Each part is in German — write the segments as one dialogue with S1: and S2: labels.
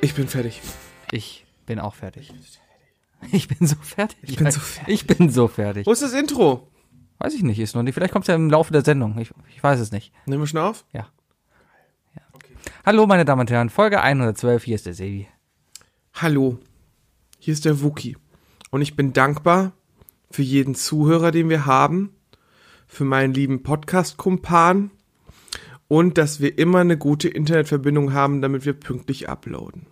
S1: Ich bin fertig.
S2: Ich bin auch fertig. Ich bin so fertig.
S1: Ich bin so fertig.
S2: Ich bin so fertig.
S1: Wo ist das Intro?
S2: Weiß ich nicht, ist noch nicht. Vielleicht kommt es ja im Laufe der Sendung. Ich, ich weiß es nicht.
S1: Nehmen wir schon auf?
S2: Ja. ja. Hallo, meine Damen und Herren. Folge 112. Hier ist der Sebi.
S1: Hallo, hier ist der Wookie. Und ich bin dankbar für jeden Zuhörer, den wir haben, für meinen lieben Podcast-Kumpan und dass wir immer eine gute Internetverbindung haben, damit wir pünktlich uploaden.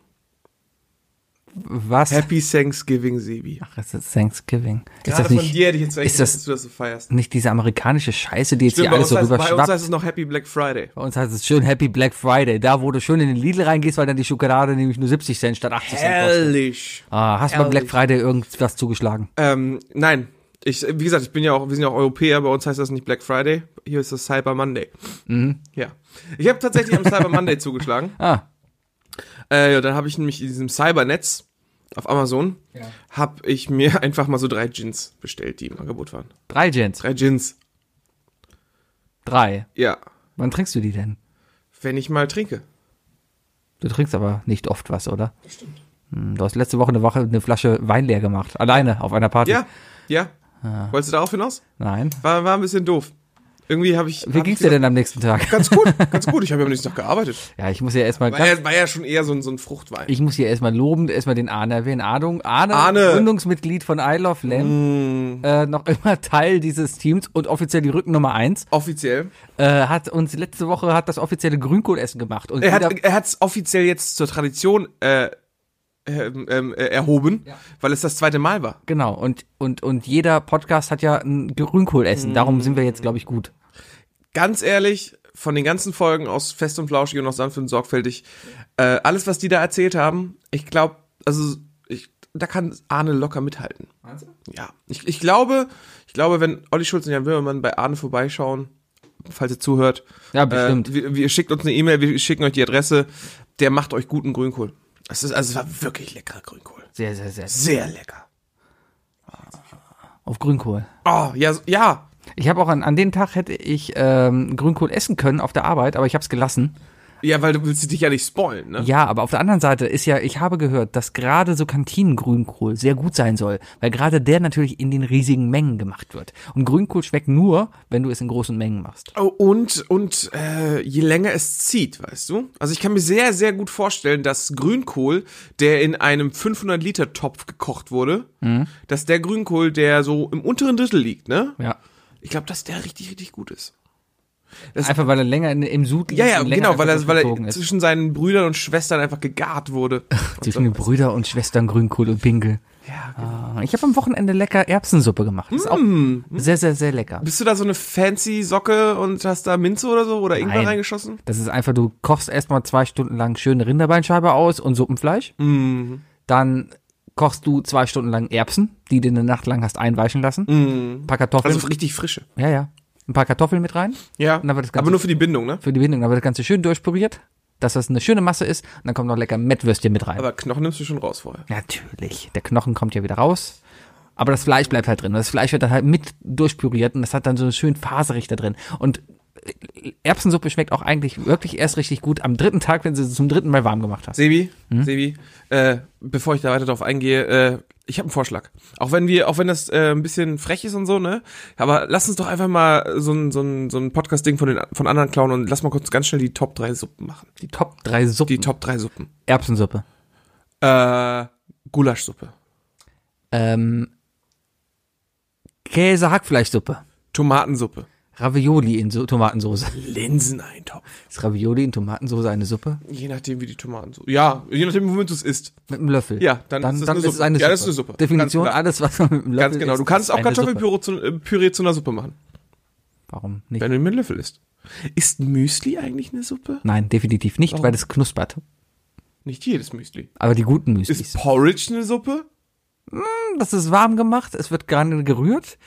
S2: Was?
S1: Happy Thanksgiving, Sebi.
S2: Ach, es ist Thanksgiving. Ist
S1: Gerade
S2: das
S1: von
S2: nicht,
S1: dir hätte ich jetzt echt
S2: ist das-
S1: dass du das so feierst.
S2: nicht diese amerikanische Scheiße, die jetzt hier
S1: bei,
S2: alles
S1: uns
S2: so
S1: heißt, bei uns heißt
S2: rüberschwappt?
S1: es noch Happy Black Friday.
S2: Bei uns heißt es schön Happy Black Friday. Da, wo du schön in den Lidl reingehst, weil dann die Schokolade nämlich nur 70 Cent statt 80 Cent kostet.
S1: Herrlich.
S2: Ah, hast du beim Black
S1: Herrlich.
S2: Friday irgendwas zugeschlagen?
S1: Ähm, nein. Ich, wie gesagt, ich bin ja auch, wir sind ja auch Europäer, bei uns heißt das nicht Black Friday, hier ist das Cyber Monday.
S2: Mhm.
S1: Ja. Ich habe tatsächlich am Cyber Monday zugeschlagen.
S2: Ah.
S1: Äh, ja, dann habe ich nämlich in diesem Cybernetz auf Amazon,
S2: Ja.
S1: habe ich mir einfach mal so drei Gins bestellt, die im Angebot waren.
S2: Drei Gins.
S1: Drei Gins.
S2: Drei.
S1: Ja.
S2: Wann trinkst du die denn?
S1: Wenn ich mal trinke.
S2: Du trinkst aber nicht oft was, oder? Hm, Du hast letzte Woche eine, Woche eine Flasche Wein leer gemacht. Alleine auf einer Party.
S1: Ja. Ja.
S2: Ah.
S1: Wolltest du darauf hinaus?
S2: Nein.
S1: War, war ein bisschen doof. Irgendwie habe ich.
S2: Wie
S1: hab
S2: ging's
S1: ich
S2: dir denn am nächsten Tag?
S1: Ganz gut, ganz gut. Ich habe ja am nächsten Tag gearbeitet.
S2: Ja, ich muss ja erstmal
S1: War
S2: ganz,
S1: ja, war ja schon eher so ein, so ein Fruchtwein.
S2: ich muss hier erstmal lobend erstmal den Arne erwähnen. Arne, Arne,
S1: Arne. Mhm.
S2: Gründungsmitglied von I Love Lamb, äh, noch immer Teil dieses Teams und offiziell die Rückennummer eins,
S1: offiziell.
S2: äh, hat uns letzte Woche hat das offizielle Grünkohlessen gemacht und
S1: Er
S2: jeder-
S1: hat er hat's offiziell jetzt zur Tradition äh, ähm, ähm, äh, erhoben, weil es das zweite Mal war.
S2: genau und und und jeder Podcast hat ja ein Grünkohlessen. Darum sind wir jetzt glaube ich gut.
S1: Ganz ehrlich, von den ganzen Folgen aus Fest und Flauschig und aus Sanft und Sorgfältig, äh, alles, was die da erzählt haben, ich glaube, also ich, da kann Arne locker mithalten. Ja, ich, ich glaube, ich glaube, wenn Olli Schulz und Jan Wimmermann bei Arne vorbeischauen, falls ihr zuhört,
S2: Ja, bestimmt.
S1: Äh, wir, wir schickt uns eine E-Mail, wir schicken euch die Adresse, der macht euch guten Grünkohl. Es ist, also es war wirklich leckerer Grünkohl.
S2: Sehr sehr sehr
S1: Sehr lecker.
S2: auf Grünkohl.
S1: Oh, ja, so- ja.
S2: Ich habe auch an, an dem Tag hätte ich ähm, Grünkohl essen können auf der Arbeit, aber ich habe es gelassen.
S1: Ja, weil du willst dich ja nicht spoilen, ne?
S2: Ja, aber auf der anderen Seite ist ja, ich habe gehört, dass gerade so Kantinengrünkohl sehr gut sein soll, weil gerade der natürlich in den riesigen Mengen gemacht wird. Und Grünkohl schmeckt nur, wenn du es in großen Mengen machst.
S1: Oh, Und, und äh, je länger es zieht, weißt du? Also ich kann mir sehr, sehr gut vorstellen, dass Grünkohl, der in einem 500-Liter-Topf gekocht wurde,
S2: Mhm.
S1: dass der Grünkohl, der so im unteren Drittel liegt, ne?
S2: Ja.
S1: Ich glaube, dass der richtig, richtig gut ist.
S2: Einfach weil er länger in, im Sud liegt.
S1: Ja, ja,
S2: und länger
S1: genau, weil
S2: einfach
S1: er, weil
S2: gezogen
S1: er
S2: ist.
S1: zwischen seinen Brüdern und Schwestern einfach gegart wurde. Und
S2: Zwischen den Brüder und Schwestern Grünkohl und Pinkel.
S1: Ja,
S2: Ah, ich habe am Wochenende lecker Erbsensuppe gemacht. Ist auch
S1: Mm.
S2: sehr, sehr, sehr lecker.
S1: Bist du da so eine fancy Socke und hast da Minze oder so oder Ingwer
S2: Nein.
S1: reingeschossen?
S2: Das ist einfach, du kochst erstmal zwei Stunden lang schöne Rinderbeinscheibe aus und Suppenfleisch. Dann kochst du zwei Stunden lang Erbsen, die du eine Nacht lang hast einweichen lassen. Ein paar Kartoffeln.
S1: Also richtig frische.
S2: ja, ja. Ein paar Kartoffeln mit rein
S1: Ja,
S2: Und dann wird das Ganze-
S1: aber nur für die Bindung, ne?
S2: für die Bindung. Dann wird das Ganze schön durchpüriert, dass das eine schöne Masse ist. Und dann kommt noch lecker Mettwürstchen mit rein.
S1: Aber Knochen nimmst du schon raus vorher.
S2: Natürlich. Der Knochen kommt ja wieder raus. Aber das Fleisch bleibt halt drin. Und das Fleisch wird dann halt mit durchpüriert und das hat dann so einen schönen Faserich da drin. Und äh, Erbsensuppe schmeckt auch eigentlich wirklich erst richtig gut am dritten Tag, wenn sie sie zum dritten Mal warm gemacht hast.
S1: Sebi, Sebi, äh, bevor ich da weiter drauf eingehe, äh, ich habe einen Vorschlag. Auch wenn wir, auch wenn das äh, ein bisschen frech ist und so, ne? Aber lass uns doch einfach mal so ein, so ein, so ein Podcast-Ding von den von anderen klauen und lass mal kurz ganz schnell die Top 3 Suppen machen.
S2: Die Top 3 Suppen.
S1: Die Top 3 Suppen.
S2: Erbsensuppe.
S1: Äh, Gulaschsuppe,
S2: Ähm, Käse-Hackfleischsuppe.
S1: Tomatensuppe,
S2: Ravioli in so Tomatensoße.
S1: Linseneintopf.
S2: Ist Ravioli in Tomatensoße eine Suppe?
S1: Je nachdem, wie die Tomatensuppe. Ja, je nachdem, womit du es isst.
S2: Mit einem Löffel.
S1: Ja, dann ist das eine Suppe.
S2: es eine Suppe.
S1: Ja, das ist eine Suppe. Ganz
S2: Definition,
S1: klar.
S2: alles, was man mit einem Löffel
S1: Ganz genau.
S2: isst,
S1: Du kannst
S2: ist
S1: auch
S2: eine Suppe.
S1: Kartoffelpüree zu, äh, Püree zu einer Suppe machen,
S2: Warum nicht?
S1: wenn du ihn mit Löffel isst. Ist Müsli eigentlich eine Suppe?
S2: Nein, definitiv nicht, weil das knuspert.
S1: Nicht jedes Müsli.
S2: Aber die guten Müslis.
S1: Ist Porridge eine Suppe?
S2: das ist warm gemacht, es wird gerade gerührt.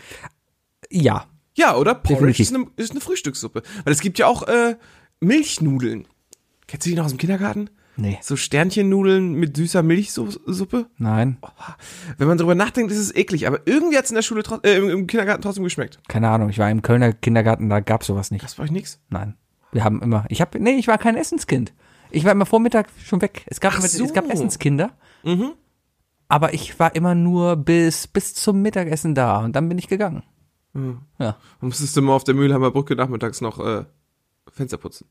S2: Ja.
S1: Ja, oder? Porridge
S2: Definitiv.
S1: ist eine, ist eine Frühstückssuppe. Weil es gibt ja auch äh, Milchnudeln. Kennst du die noch aus dem Kindergarten?
S2: Nee.
S1: So Sternchennudeln mit süßer Milchsuppe?
S2: Nein.
S1: Wenn man drüber nachdenkt, ist es eklig. Aber irgendwie hat es in der Schule, tro- äh, im, im Kindergarten trotzdem geschmeckt.
S2: Keine Ahnung, ich war im Kölner Kindergarten, da gab's sowas nicht.
S1: Das war ich nix.
S2: Nein. Wir haben immer, ich habe nee, ich war kein Essenskind. Ich war immer Vormittag schon weg. Es gab,
S1: Ach
S2: immer,
S1: so.
S2: es gab Essenskinder. Mhm. Aber ich war immer nur bis, bis zum Mittagessen da und dann bin ich gegangen. Ja.
S1: Und musstest du mal auf der Mühlheimer Brücke nachmittags noch äh, Fenster putzen.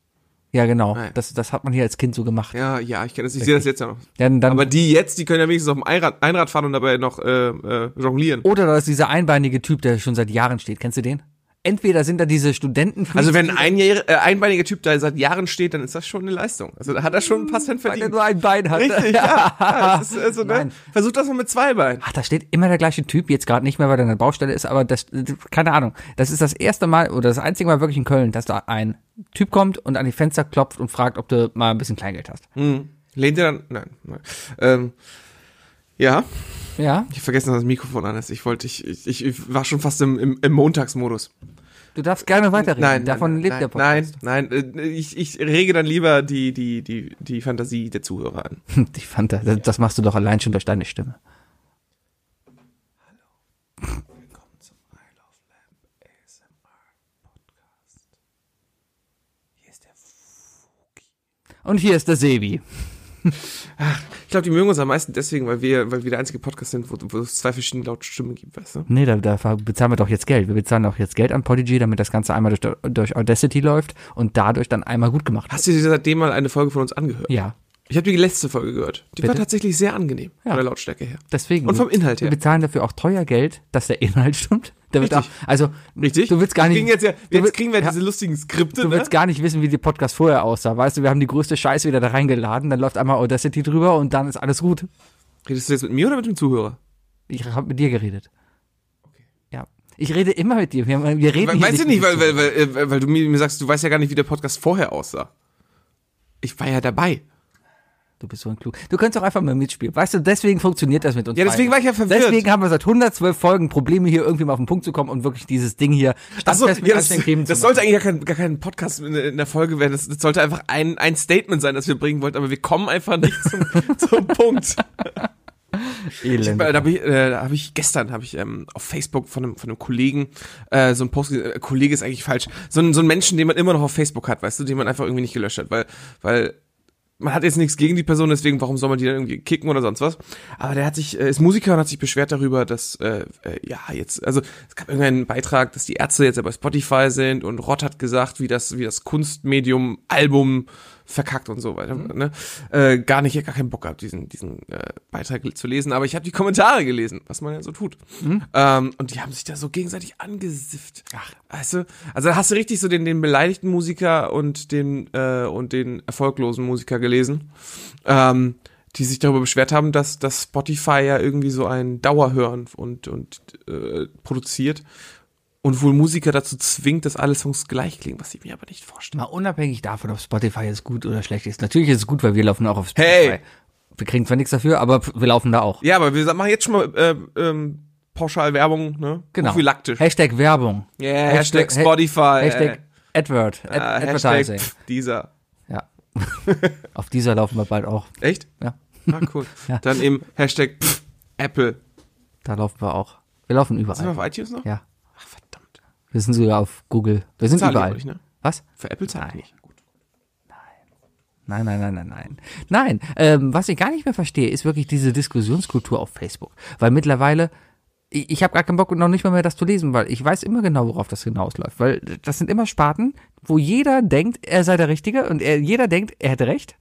S2: ja, genau.
S1: Nein.
S2: Das, das hat man hier als Kind so gemacht.
S1: Ja, ja, ich kenne das. Ich sehe das jetzt ja noch.
S2: Dann, dann,
S1: Aber die jetzt, die können ja wenigstens auf dem Einrad, Einrad fahren und dabei noch äh, äh, jonglieren.
S2: oder da ist dieser einbeinige Typ, der schon seit Jahren steht. Kennst du den? Entweder sind da diese Studenten.
S1: Also wenn ein Jahr, äh, einbeiniger Typ da seit Jahren steht, dann ist das schon eine Leistung. Also da hat er schon ein paar Cent
S2: weil er
S1: verdient.
S2: nur ein Bein hat.
S1: Richtig, ja. ja das ist, also, ne?
S2: Nein.
S1: Versuch das mal mit zwei Beinen.
S2: Ach, da steht immer der gleiche Typ, jetzt gerade nicht mehr, weil er an der Baustelle ist, aber das, keine Ahnung. Das ist das erste Mal oder das einzige Mal wirklich in Köln, dass da ein Typ kommt und an die Fenster klopft und fragt, ob du mal ein bisschen Kleingeld hast.
S1: Hm. Lehnt ihr dann? Nein. nein. Ähm, ja,
S2: Ja,
S1: ich hab vergessen, dass das Mikrofon an ist. Ich wollte, ich, ich, ich war schon fast im, im, im Montagsmodus.
S2: du darfst gerne weiterreden.
S1: Nein,
S2: Davon
S1: nein,
S2: lebt
S1: nein,
S2: der Podcast.
S1: Nein, nein, äh, ich, ich rege dann lieber die, die, die, die Fantasie der Zuhörer an.
S2: Nein. Ich fand, das, das machst du doch allein schon durch deine Stimme. Und hier ist der Sebi.
S1: Ich glaube, die mögen uns am meisten deswegen, weil wir, weil wir der einzige Podcast sind, wo, wo es zwei verschiedene Lautstimmen gibt, weißt du?
S2: Nee, da, da ver- bezahlen wir doch jetzt Geld. Wir bezahlen doch jetzt Geld an Podigy, damit das Ganze einmal durch, durch Audacity läuft und dadurch dann einmal gut gemacht wird.
S1: Hast du dir seitdem mal eine Folge von uns angehört?
S2: Ja,
S1: Ich habe die letzte Folge gehört. Die war
S2: Bitte?
S1: tatsächlich sehr angenehm
S2: Ja.
S1: von der Lautstärke her.
S2: deswegen.
S1: Und vom Inhalt
S2: Wir
S1: her.
S2: bezahlen dafür auch teuer Geld, dass der Inhalt stimmt. Der wird auch,
S1: Richtig.
S2: also,
S1: Richtig?
S2: du willst gar
S1: Wir
S2: nicht,
S1: kriegen jetzt, ja,
S2: du,
S1: jetzt
S2: willst,
S1: kriegen wir
S2: ja.
S1: diese lustigen Skripte,
S2: du
S1: ne?
S2: willst gar nicht wissen, wie der Podcast vorher aussah. Weißt du, wir haben die größte Scheiße wieder da reingeladen, dann läuft einmal Audacity drüber und dann ist alles gut.
S1: Redest du jetzt mit mir oder mit dem Zuhörer?
S2: Ich habe mit dir geredet. Ja. Ich rede immer mit dir. Wir, wir reden
S1: We
S2: hier
S1: weißt du nicht,
S2: mit
S1: weil, weil, weil, äh, weil, weil du mir, mir sagst, du weißt ja gar nicht, wie der Podcast vorher aussah. Ich war ja dabei.
S2: Du bist so ein klug. Du könntest auch einfach mal mitspielen. Weißt du, deswegen funktioniert das mit uns.
S1: Ja, deswegen
S2: beiden.
S1: war ich ja verwirrt.
S2: Deswegen haben wir seit 112 Folgen Probleme, hier irgendwie mal auf den Punkt zu kommen und wirklich dieses Ding hier
S1: Achso,
S2: standfest mit
S1: ja, das,
S2: Anständigen Themen
S1: das
S2: zu
S1: sollte eigentlich gar kein, gar kein Podcast in, in der Folge werden. Das, das sollte einfach ein, ein Statement sein, das wir bringen wollten, aber wir kommen einfach nicht zum, zum Punkt.
S2: machen. Elend.
S1: Da habe ich, äh, da hab ich gestern hab ich ähm, auf Facebook von einem, von einem Kollegen äh, so ein Post gesehen, äh, Kollege ist eigentlich falsch, so ein, so ein Menschen, den man immer noch auf Facebook hat, weißt du, den man einfach irgendwie nicht gelöscht hat, weil, weil man hat jetzt nichts gegen die Person, deswegen warum soll man die dann irgendwie kicken oder sonst was? Aber der hat sich, äh, ist Musiker und hat sich beschwert darüber, dass, äh, äh, ja, jetzt, also es gab irgendeinen Beitrag, dass die Ärzte jetzt ja bei Spotify sind und Rott hat gesagt, wie das, wie das Kunstmedium Album verkackt und so weiter. Ne? Äh, gar nicht, ich hab gar keinen Bock gehabt, diesen, diesen äh, Beitrag zu lesen, aber ich habe die Kommentare gelesen, was man ja so tut. Ähm, und die haben sich da so gegenseitig angesifft. Ach. Weißt du? Also da hast du richtig so den, den beleidigten Musiker und den, äh, und den erfolglosen Musiker gelesen, ähm, die sich darüber beschwert haben, dass, dass Spotify ja irgendwie so ein Dauerhören und, und äh, produziert und wohl Musiker dazu zwingt, dass alle Songs gleich klingen, was ich mir aber nicht vorstelle.
S2: Mal unabhängig davon, ob Spotify jetzt gut oder schlecht ist. Natürlich ist es gut, weil wir laufen auch auf Spotify.
S1: Hey!
S2: Wir kriegen zwar nichts dafür, aber wir laufen da auch.
S1: Ja, aber wir machen jetzt schon mal äh, ähm, pauschal Werbung, ne?
S2: Genau.
S1: Prophylaktisch.
S2: Hashtag Werbung.
S1: Ja, Hashtag Spotify,
S2: Hashtag Advert. Ad
S1: Ah,
S2: Advertising.
S1: Hashtag dieser.
S2: Ja. auf dieser laufen wir bald auch.
S1: Echt?
S2: Ja.
S1: Ah, cool.
S2: Ja.
S1: Dann eben Hashtag pff, Apple.
S2: Da laufen wir auch. Wir laufen
S1: Sind
S2: überall.
S1: wir auf iTunes noch?
S2: Ja.
S1: Ach, verdammt.
S2: Wir sind sogar auf Google. Wir sind
S1: Zahl ich
S2: überall.
S1: euch, ne?
S2: Was?
S1: Für Apple zahle ich nicht. Gut.
S2: Nein, nein, nein, nein, nein. Nein, ähm, was ich gar nicht mehr verstehe, ist wirklich diese Diskussionskultur auf Facebook. Weil mittlerweile, ich, ich habe gar keinen Bock und noch nicht mal mehr das zu lesen, weil ich weiß immer genau, worauf das hinausläuft. Weil äh, das sind immer Sparten, wo jeder denkt, er sei der Richtige und er, jeder denkt, er hätte recht.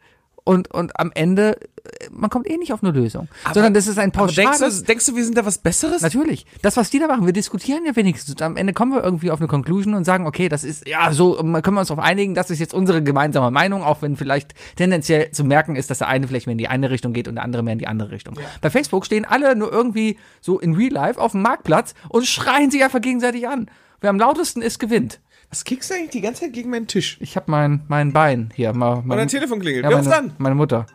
S2: Und, und am Ende, äh, man kommt eh nicht auf eine Lösung. sondern das ist ein
S1: Aber denkst
S2: pauschales...
S1: du, denkst du, wir sind da was Besseres?
S2: Natürlich. Das, was die da machen, wir diskutieren ja wenigstens. Und am Ende kommen wir irgendwie auf eine Conclusion und sagen, okay, das ist, ja, so, ähm, können wir uns darauf einigen, das ist jetzt unsere gemeinsame Meinung, auch wenn vielleicht tendenziell zu merken ist, dass der eine vielleicht mehr in die eine Richtung geht und der andere mehr in die andere Richtung. Bei Facebook stehen alle nur irgendwie so in real life auf dem Marktplatz und schreien sich einfach gegenseitig an. Wer am lautesten ist, gewinnt.
S1: Was kickst du eigentlich die ganze Zeit gegen meinen Tisch?
S2: Ich habe mein, mein Bein hier. Mal,
S1: Und
S2: mein,
S1: dein Telefon klingelt.
S2: ja,
S1: Wer ruft
S2: meine,
S1: an?
S2: meine Mutter.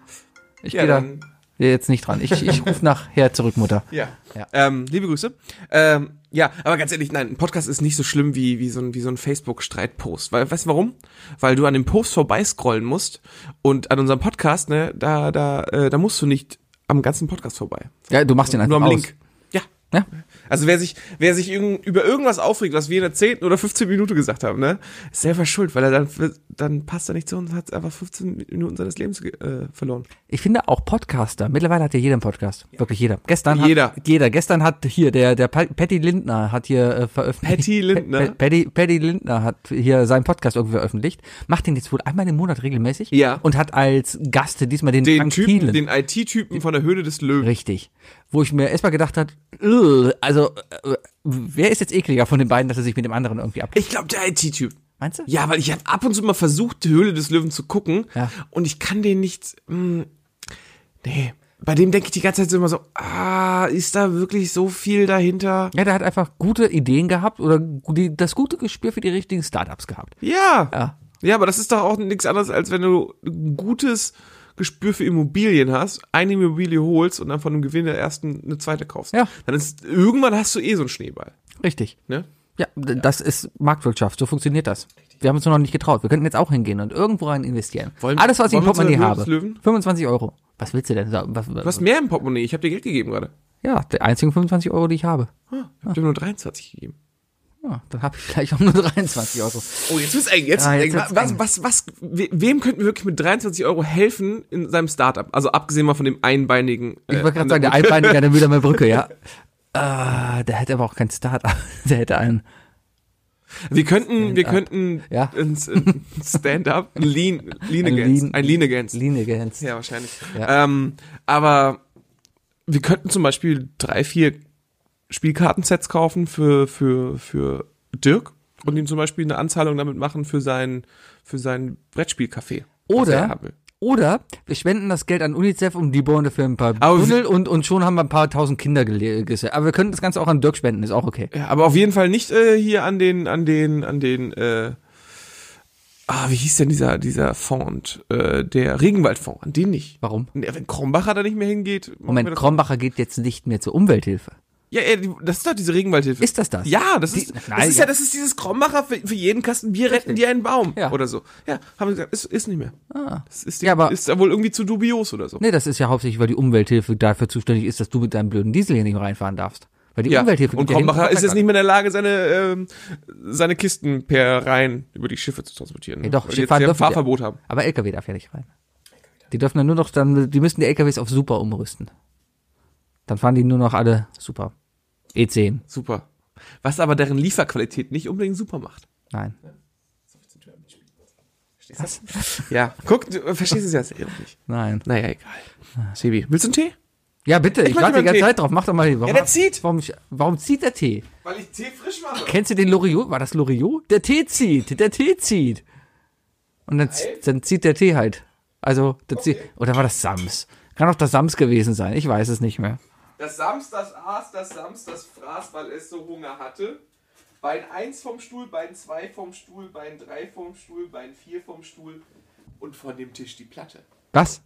S2: Ich
S1: Ja,
S2: gehe da
S1: dann-
S2: jetzt nicht dran. Ich, ich rufe nachher zurück, Mutter.
S1: Ja.
S2: Ja.
S1: Ähm, liebe Grüße. Ähm, ja, aber ganz ehrlich, nein, ein Podcast ist nicht so schlimm wie, wie so ein, wie so ein Facebook-Streitpost. Weil, weißt du warum? Weil du an dem Post vorbeiscrollen musst und an unserem Podcast, ne, da, da, äh, da musst du nicht am ganzen Podcast vorbei.
S2: Ja, du machst den einfach
S1: Nur am
S2: aus.
S1: Link. Ja.
S2: Ja.
S1: Also wer sich, wer sich irgend- über irgendwas aufregt, was wir in der 10. oder 15 Minute gesagt haben, ne, ist selber schuld, weil er dann, dann passt er nicht zu uns und hat einfach 15 Minuten seines Lebens ge- äh, verloren.
S2: Ich finde auch Podcaster, mittlerweile hat ja jeder einen Podcast. Wirklich jeder. Gestern
S1: Jeder.
S2: hat jeder. Gestern hat hier der der Pa- Patty Lindner hat hier äh, veröffentlicht.
S1: Patty Lindner?
S2: Pa- Patty, Patty Lindner hat hier seinen Podcast irgendwie veröffentlicht. Macht den jetzt wohl einmal im Monat regelmäßig
S1: Ja.
S2: und hat als Gast diesmal den,
S1: Den
S2: Frank
S1: Typen,
S2: Thielen.
S1: den IT-Typen von der Höhle des Löwen.
S2: Richtig. Wo ich mir erstmal gedacht hat, "Ugh", also äh, wer ist jetzt ekliger von den beiden, dass er sich mit dem anderen irgendwie ab.
S1: Ich glaube, der IT-Typ.
S2: Meinst du?
S1: Ja, weil ich habe ab und zu mal versucht, die Höhle des Löwen zu gucken.
S2: Ja.
S1: Und ich kann den nicht. Mh, nee. Bei dem denke ich die ganze Zeit so immer so, ah, ist da wirklich so viel dahinter?
S2: Ja, der hat einfach gute Ideen gehabt oder gu- die, das gute Gespür für die richtigen Startups gehabt.
S1: Ja.
S2: Ja.
S1: Ja, aber das ist doch auch nichts anderes, als wenn du ein gutes Gespür für Immobilien hast, eine Immobilie holst und dann von dem Gewinn der ersten eine zweite kaufst.
S2: Ja.
S1: Dann ist irgendwann hast du eh so einen Schneeball.
S2: Richtig.
S1: Ne?
S2: Ja, d- das ist Marktwirtschaft, so funktioniert das. Wir haben uns nur noch nicht getraut. Wir könnten jetzt auch hingehen und irgendwo rein investieren.
S1: Wollen-
S2: Alles, was ich im
S1: wollen wir zu
S2: Portemonnaie
S1: den
S2: habe.
S1: Löwen?
S2: 25 Euro. Was willst du denn? da- Was,
S1: Du hast
S2: was?
S1: mehr im Portemonnaie. Ich habe dir Geld gegeben gerade.
S2: Ja, die einzigen 25 Euro, die ich habe.
S1: Ah, ich habe dir nur 23 gegeben.
S2: Ja, dann habe ich vielleicht auch nur 23 Euro.
S1: Oh, jetzt wird's eng. Jetzt,
S2: Ah, jetzt
S1: eng.
S2: wird's
S1: was,
S2: eng.
S1: was, was, we- wem könnten wir wirklich mit 23 Euro helfen in seinem Startup? Also abgesehen mal von dem einbeinigen. äh,
S2: Ich wollte gerade sagen, der
S1: Einbeinigen.
S2: Einbeinige an der Mühlheimer Brücke, ja. Äh, der hätte aber auch kein Start-up. Der hätte einen.
S1: Wir könnten, wir könnten
S2: äh, Ja.
S1: ins in Stand-up, ein Lean, Lean
S2: Ein
S1: Against,
S2: Lean-
S1: ein Lean Against.
S2: Linie gehänzt.
S1: Ja, wahrscheinlich.
S2: Ja.
S1: Ähm, aber wir könnten zum Beispiel drei, vier Spielkartensets kaufen für, für, für Dirk und ihm zum Beispiel eine Anzahlung damit machen für sein, für sein Brettspielcafé. was er
S2: Oder,
S1: haben will.
S2: oder wir spenden das Geld an UNICEF um die Bäume für ein paar
S1: Aber
S2: Bündel und, und schon haben wir ein paar tausend Kinder gegessen. Aber wir können das Ganze auch an Dirk spenden, ist auch okay.
S1: Ja, aber auf jeden Fall nicht äh, hier an den, an den, an den, äh, ah, wie hieß denn dieser, dieser Fond, äh, der Regenwaldfond, an den nicht.
S2: Warum?
S1: Nee, Wenn Krombacher da nicht mehr hingeht. machen wir
S2: Moment,
S1: das-
S2: Krombacher geht jetzt nicht mehr zur Umwelthilfe.
S1: Ja, ja, die- das ist doch diese Regenwaldhilfe.
S2: Ist das das?
S1: Ja, das
S2: Die-
S1: ist, das
S2: Nein,
S1: ist ja.
S2: ja.
S1: das ist dieses Krombacher, für, für jeden Kasten Bier retten die einen Baum
S2: Ja.
S1: oder so. Ja, haben wir gesagt, ist, ist nicht mehr.
S2: Ah.
S1: Das ist, die,
S2: Ja, aber-
S1: ist ja wohl irgendwie zu dubios oder so.
S2: Nee, das ist ja hauptsächlich, weil die Umwelthilfe dafür zuständig ist, dass du mit deinem blöden Diesel hier nicht mehr reinfahren darfst. Weil die
S1: Ja,
S2: Umwelthilfe
S1: und
S2: geht ja hin-
S1: Krombacher ist jetzt nicht mehr in der Lage, seine, ähm, seine Kisten per Rhein über die Schiffe zu transportieren.
S2: Nee, doch,
S1: weil die
S2: Schiffe
S1: jetzt ja
S2: dürfen-
S1: Fahrverbot haben.
S2: Aber LKW darf ja nicht rein. Die dürfen dann nur noch, dann, die müssen die LKWs auf Super umrüsten. Dann fahren die nur noch alle Super. E E10.
S1: Super. Was aber deren Lieferqualität nicht unbedingt super macht.
S2: Nein.
S1: Ja, guck, du äh, verstehst es ja selber nicht.
S2: Nein.
S1: Naja, egal. Sebi, willst du einen Tee?
S2: Ja, bitte,
S1: mach
S2: ich
S1: dir
S2: warte
S1: mal
S2: die ganze
S1: Tee.
S2: Zeit drauf. Mach doch mal hier. Warum,
S1: Ja, der zieht.
S2: Warum, warum zieht der Tee?
S1: Weil ich Tee frisch mache.
S2: Kennst du den Loriot? War das Loriot? Der Tee zieht, der Tee zieht. Und dann, z- dann zieht der Tee halt. Also, der zieht. Oder war das Sams? Kann auch das Sams gewesen sein. Ich weiß es nicht mehr.
S1: Das Samstags aß, das Samstags fraß, weil es so Hunger hatte. Bein 1 vom Stuhl, Bein 2 vom Stuhl, Bein 3 vom Stuhl, Bein 4 vom Stuhl und von dem Tisch die Platte.
S2: Was?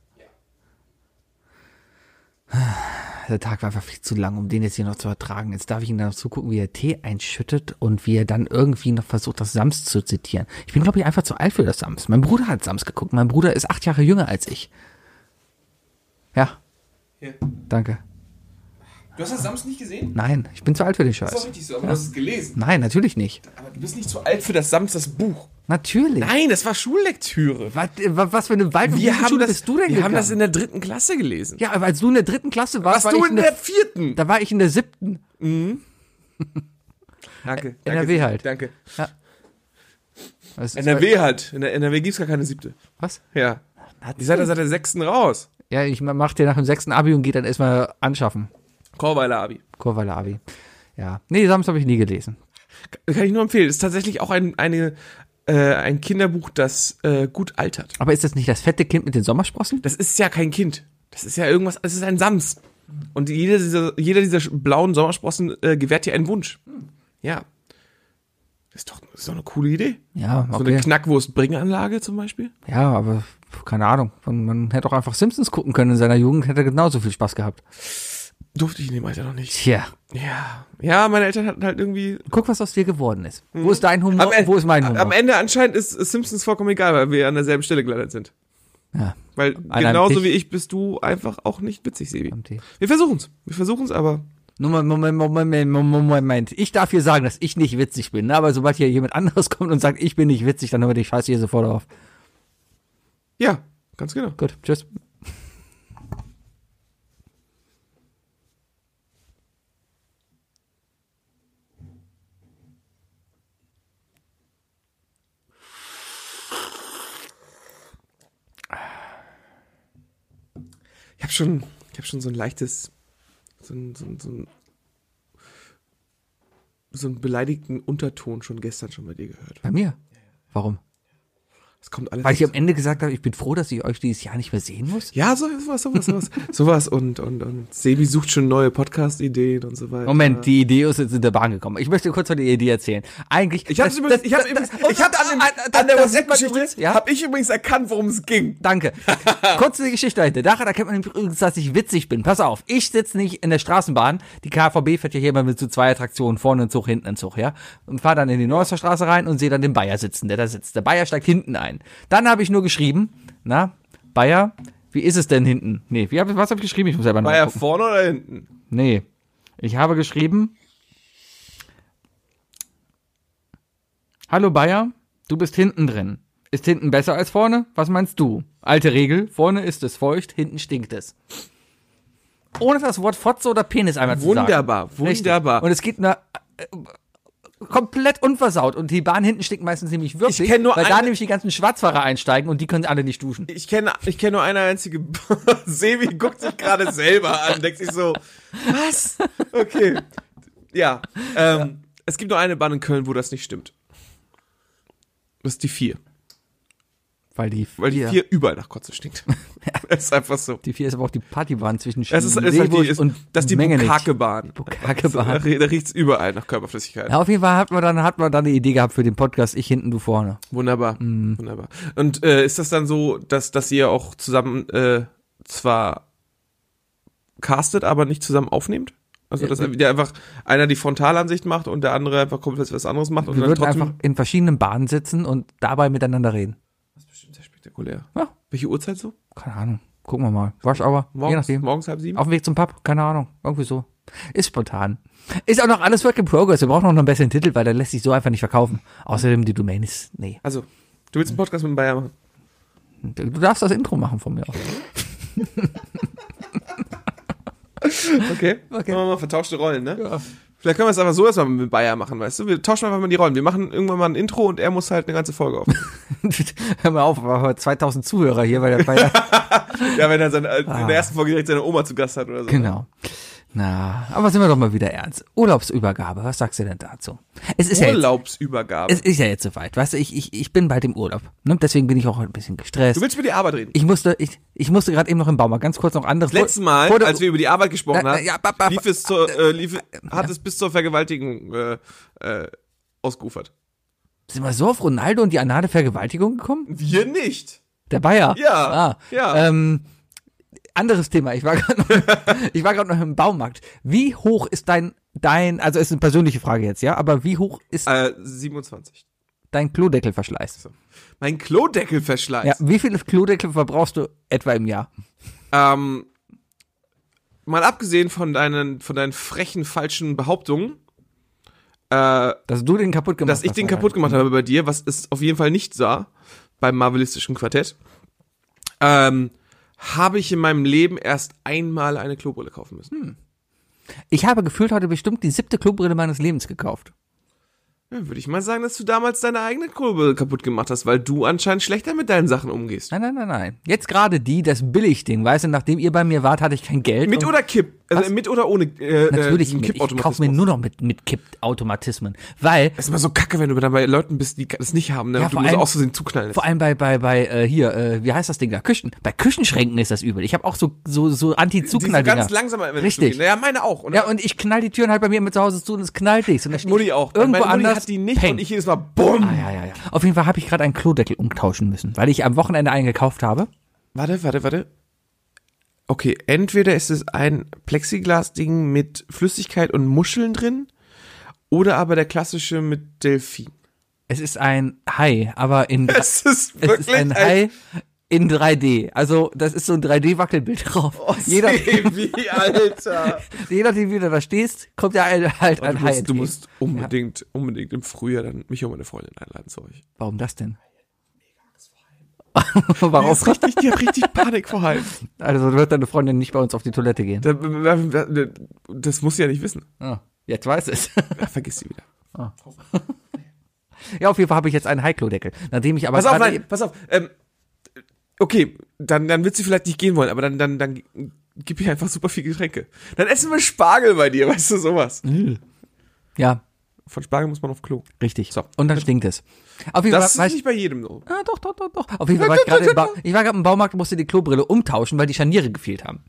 S2: Der Tag war einfach viel zu lang, um den jetzt hier noch zu ertragen. Jetzt darf ich ihn dann noch zugucken, wie er Tee einschüttet und wie er dann irgendwie noch versucht, das Sams zu zitieren. Ich bin, glaube ich, einfach zu alt für das Sams. Mein Bruder hat Sams geguckt. Mein Bruder ist acht Jahre jünger als ich. Ja,
S1: Hier.
S2: danke.
S1: Du hast das Sams nicht gesehen?
S2: Nein, ich bin zu alt für den Scheiß.
S1: Das ist doch richtig so, aber du hast es gelesen.
S2: Nein, natürlich nicht.
S1: Aber du bist nicht zu alt für das Samstags Buch.
S2: Natürlich.
S1: Nein, das war Schullektüre.
S2: Was, wa- was für eine Wald
S1: Wir haben, das,
S2: bist du denn
S1: wir haben das in
S2: gegangen?
S1: der dritten Klasse gelesen.
S2: Ja, aber als du in der dritten Klasse
S1: Was
S2: warst, war
S1: du
S2: ich
S1: in der vierten?
S2: da war ich in der siebten.
S1: Danke.
S2: NRW halt.
S1: Danke.
S2: Was,
S1: NRW halt. In der NRW gibt's gar keine siebte.
S2: Was?
S1: Ja.
S2: Hat-
S1: Die seid ihr seit der sechsten raus.
S2: Ja, ich ma- mach dir nach dem sechsten Abi und geh dann erstmal anschaffen.
S1: Korweiler Abi.
S2: Kurweiler Abi. Ja. Nee, Sams habe ich nie gelesen.
S1: Kann ich nur empfehlen. Ist tatsächlich auch ein, eine, äh, ein Kinderbuch, das äh, gut altert.
S2: Aber ist das nicht das fette Kind mit den Sommersprossen?
S1: Das ist ja kein Kind. Das ist ja irgendwas, es ist ein Sams. Und jeder dieser, jeder dieser sch- blauen Sommersprossen äh, gewährt dir einen Wunsch. Ja. Ist doch, ist doch eine coole Idee.
S2: Ja,
S1: So eine
S2: okay.
S1: Knackwurst-Bringanlage zum Beispiel.
S2: ja, aber pf, keine Ahnung. Man, man hätte auch einfach Simpsons gucken können in seiner Jugend, hätte genauso viel Spaß gehabt.
S1: Durfte ich in dem Alter noch nicht.
S2: Tja,
S1: Ja. Ja, meine Eltern hatten halt irgendwie.
S2: guck, was aus dir geworden ist. Wo ist dein Humor?
S1: Hm. Am Ende-
S2: Wo ist mein Humor?
S1: Am Ende anscheinend ist Simpsons vollkommen egal, weil wir an derselben Stelle gelandet sind.
S2: ja,
S1: Weil
S2: einem
S1: genauso
S2: Tisch.
S1: wie ich bist du einfach auch nicht witzig, Sebi.
S2: am Tee.
S1: Wir versuchen's. Wir versuchen's, aber
S2: Moment, Moment, Moment, Moment, Moment. Ich darf hier sagen, dass ich nicht witzig bin, ne? aber sobald hier jemand anderes kommt und sagt, ich bin nicht witzig, dann hört die Scheiße hier sofort auf.
S1: Ja, ganz genau.
S2: Gut, tschüss.
S1: Ich habe schon, ich hab schon so ein leichtes, so ein, so ein, so ein, so einen beleidigten Unterton schon gestern schon bei dir gehört.
S2: Bei mir? Warum?
S1: Es kommt alles.
S2: Weil ich am Ende gesagt habe, ich bin froh, dass ich euch dieses Jahr nicht mehr sehen muss?
S1: ja, so- sowas, sowas, sowas. sowas und, und, und Sebi sucht schon neue Podcast-Ideen und so weiter.
S2: Moment, die Idee ist jetzt in der Bahn gekommen. Ich möchte kurz von der Idee erzählen. Eigentlich.
S1: Ich hab's übrigens, ich hab übrigens, ich hab an, dem, an der WhatsApp-Geschichte,
S2: Ja?
S1: hab ich übrigens erkannt, worum es ging.
S2: Danke. Kurze Geschichte dahinter. Daran erkennt man übrigens, dass ich witzig bin. Pass auf, ich sitze nicht in der Straßenbahn. Die KVB fährt ja hier immer mit so zwei Attraktionen, vorne ein Zug, hinten ein Zug, ja. Und fahre dann in die Neusser Straße rein und sehe dann den Bayer sitzen, der da sitzt. Der Bayer steigt hinten ein. Dann habe ich nur geschrieben, na, Bayer, wie ist es denn hinten? Nee, wie hab, was habe ich geschrieben? Ich muss selber
S1: War er
S2: nochmal gucken.
S1: vorne oder hinten?
S2: Nee. Ich habe geschrieben, Hallo Bayer, du bist hinten drin. Ist hinten besser als vorne? Was meinst du? Alte Regel, vorne ist es feucht, hinten stinkt es. Ohne das Wort Fotze oder Penis einmal zu sagen.
S1: Wunderbar,
S2: Richtig.
S1: wunderbar.
S2: Und es geht nur äh, komplett unversaut. Und die Bahn hinten stinkt meistens nämlich wirklich,
S1: Ich kenn nur
S2: weil da
S1: eine-
S2: nämlich die ganzen Schwarzfahrer einsteigen und die können alle nicht duschen.
S1: ich kenne ich kenn nur eine einzige. Sebi guckt sich gerade selber an, denkt sich so, was? Okay. Ja. Ähm, Es gibt nur eine Bahn in Köln, wo das nicht stimmt. Das ist die 4.
S2: Weil die
S1: Weil die
S2: vier-
S1: 4 überall nach Kotze stinkt. Es ist einfach so.
S2: die vier ist aber auch die Partybahn zwischen
S1: Es ist, es ist, halt die,
S2: Seewurst
S1: ist, das ist die
S2: Mengenich.
S1: Bukake-Bahn. Da,
S2: Bukake-Bahn.
S1: da riecht's überall nach Körperflüssigkeit.
S2: Ja, auf jeden Fall hat man dann, hat man dann eine Idee gehabt für den Podcast, ich hinten, du vorne.
S1: Wunderbar,
S2: Mhm.
S1: wunderbar. Und äh, ist das dann so, dass, dass ihr auch zusammen äh, zwar castet, aber nicht zusammen aufnehmt? Also,
S2: Ja, ne.
S1: dass
S2: wir-
S1: der einfach einer die Frontalansicht macht und der andere einfach komplett was anderes macht und
S2: Wir
S1: dann
S2: würden
S1: trotzdem.
S2: einfach in verschiedenen Bahnen sitzen und dabei miteinander reden.
S1: das ist bestimmt sehr spektakulär.
S2: Ja.
S1: Welche Uhrzeit so?
S2: Keine Ahnung. Gucken wir mal. Rush Hour. Je
S1: Morgens,
S2: nachdem.
S1: morgens halb sieben?
S2: Auf dem Weg zum Pub. Keine Ahnung. Irgendwie so. Ist spontan. Ist auch noch alles Work in Progress. Wir brauchen noch einen besseren Titel, weil der lässt sich so einfach nicht verkaufen. Außerdem die Domain ist, nee.
S1: Also, du willst einen Podcast mit dem Bayer machen?
S2: Du darfst das Intro machen von mir aus.
S1: Okay.
S2: Okay.
S1: Machen wir mal vertauschte Rollen, ne?
S2: Ja.
S1: Vielleicht können wir es einfach so erstmal mit Bayer machen, weißt du? Wir tauschen einfach mal die Rollen. Wir machen irgendwann mal ein Intro und er muss halt eine ganze Folge auf.
S2: Hör mal auf, aber 2000 Zuhörer hier, weil der Feier.
S1: ja, wenn er seine, äh,
S2: Ah.
S1: in der ersten Folge direkt seine Oma zu Gast hat oder so.
S2: Genau. Na, aber sind wir doch mal wieder ernst. Urlaubsübergabe, was sagst du denn dazu? Es ist ja jetzt,
S1: Urlaubsübergabe.
S2: es ist ja jetzt soweit, weißt du, ich, ich, ich bin bald im Urlaub. Ne? Deswegen bin ich auch ein bisschen
S1: Du
S2: gestresst.
S1: willst über die Arbeit reden.
S2: Ich musste, ich, ich musste gerade eben noch im Baumarkt, ganz kurz noch anderes.
S1: Letztes Mal,
S2: Vor der-
S1: als wir über die Arbeit gesprochen
S2: Na, na,
S1: haben,
S2: ja, ba, ba,
S1: lief es zur, äh, lief, hat es bis zur Vergewaltigung äh, äh, ausgeufert.
S2: sind wir so auf Ronaldo und die anale Vergewaltigung gekommen?
S1: Wir nicht.
S2: Der Bayer.
S1: Ja,
S2: Ah,
S1: ja.
S2: Ähm, anderes Thema, ich war gerade noch, ich war gerade noch im Baumarkt. Wie hoch ist dein, dein, also ist eine persönliche Frage jetzt, ja, aber wie hoch ist
S1: Äh, 27.
S2: dein Klodeckelverschleiß?
S1: Mein Klodeckelverschleiß.
S2: Ja, wie viele Klodeckel verbrauchst du etwa im Jahr?
S1: Ähm, mal abgesehen von deinen, von deinen frechen, falschen Behauptungen, äh,
S2: Dass du den kaputt gemacht
S1: dass
S2: hast.
S1: ich den kaputt gemacht habe bei dir, was es auf jeden Fall nicht sah beim marvelistischen Quartett, ähm, habe ich in meinem Leben erst einmal eine Klobrille kaufen müssen.
S2: Hm. Ich habe gefühlt heute bestimmt die siebte Klobrille meines Lebens gekauft.
S1: Ja, würde ich mal sagen, dass du damals deine eigene Kurve kaputt gemacht hast, weil du anscheinend schlechter mit deinen Sachen umgehst.
S2: Nein, nein, nein, nein. Jetzt gerade die, das Billigding, weißt du, nachdem ihr bei mir wart, hatte ich kein Geld.
S1: Mit
S2: und
S1: oder Kipp? Also mit oder ohne äh,
S2: oh. Natürlich,
S1: äh,
S2: mit, ich kaufe mir nur noch mit, mit Kipp-Automatismen. Weil,
S1: Das ist immer so kacke, wenn du dann bei Leuten bist, die das nicht haben, ne?
S2: Ja,
S1: Und du
S2: vor
S1: musst
S2: allem-
S1: auch so den zuknallen.
S2: vor allem bei, bei, bei, äh, hier, äh, wie heißt das Ding da? Küchen. Bei Küchenschränken ist das übel. Ich habe auch so, so, so
S1: Die sind
S2: Anti-Zuknall-Dinger.
S1: ganz ne? langsam wenn
S2: Richtig.
S1: zugehen. Ja, meine auch. Und
S2: Ja, und ich knall die Türen halt bei mir immer zu Hause zu und es knallt nichts. Und dann steh
S1: Mutti
S2: ich
S1: auch.
S2: Irgendwo
S1: meine Mutti
S2: anders.
S1: hat die nicht
S2: peng.
S1: und ich jedes Mal BUM!
S2: Ah, ja, ja, ja. Auf jeden Fall habe ich gerade einen Klodeckel umtauschen müssen, weil ich am Wochenende einen gekauft habe.
S1: Warte, warte, warte. Okay, entweder ist es ein Plexiglas-Ding mit Flüssigkeit und Muscheln drin, oder aber der klassische mit Delfin.
S2: Es ist ein Hai, aber in
S1: Es ist
S2: es ist ein Hai in 3D. Also, das ist so ein 3D-Wackelbild drauf.
S1: Oh,
S2: jeder,
S1: Sebi, Alter.
S2: jeder, den du da stehst, kommt ja ein- halt
S1: Und
S2: ein
S1: du
S2: Hai.
S1: musst, du
S2: entgegen.
S1: musst unbedingt, unbedingt im Frühjahr dann mich und meine Freundin einladen zu euch.
S2: Warum das denn?
S1: Die, ist
S2: Warum?
S1: richtig, die hat richtig Panik vor Haien.
S2: Also wird deine Freundin nicht bei uns auf die Toilette gehen.
S1: Da- da- da- Das muss sie ja nicht wissen.
S2: Ah, jetzt weiß es.
S1: Ach, vergiss sie wieder.
S2: ja, auf jeden Fall habe ich jetzt einen Heiklo-Deckel. Nachdem ich aber
S1: Pass auf,
S2: gerade
S1: nein, pass auf. Ähm, okay, dann, dann wird sie vielleicht nicht gehen wollen, aber dann, dann, dann gib ihr einfach super viel Getränke. Dann essen wir Spargel bei dir, weißt du, sowas.
S2: Mhm. Ja,
S1: Von Spargel muss man auf Klo.
S2: richtig.
S1: So.
S2: Und dann stinkt es. Auf jeden
S1: Das
S2: Fall war
S1: ist
S2: ich,
S1: nicht bei jedem so.
S2: ah, doch, doch, doch, doch. Auf jeden Fall war ich gerade im, ba ich war gerade im Baumarkt und musste die Klobrille umtauschen, weil die Scharniere gefehlt haben.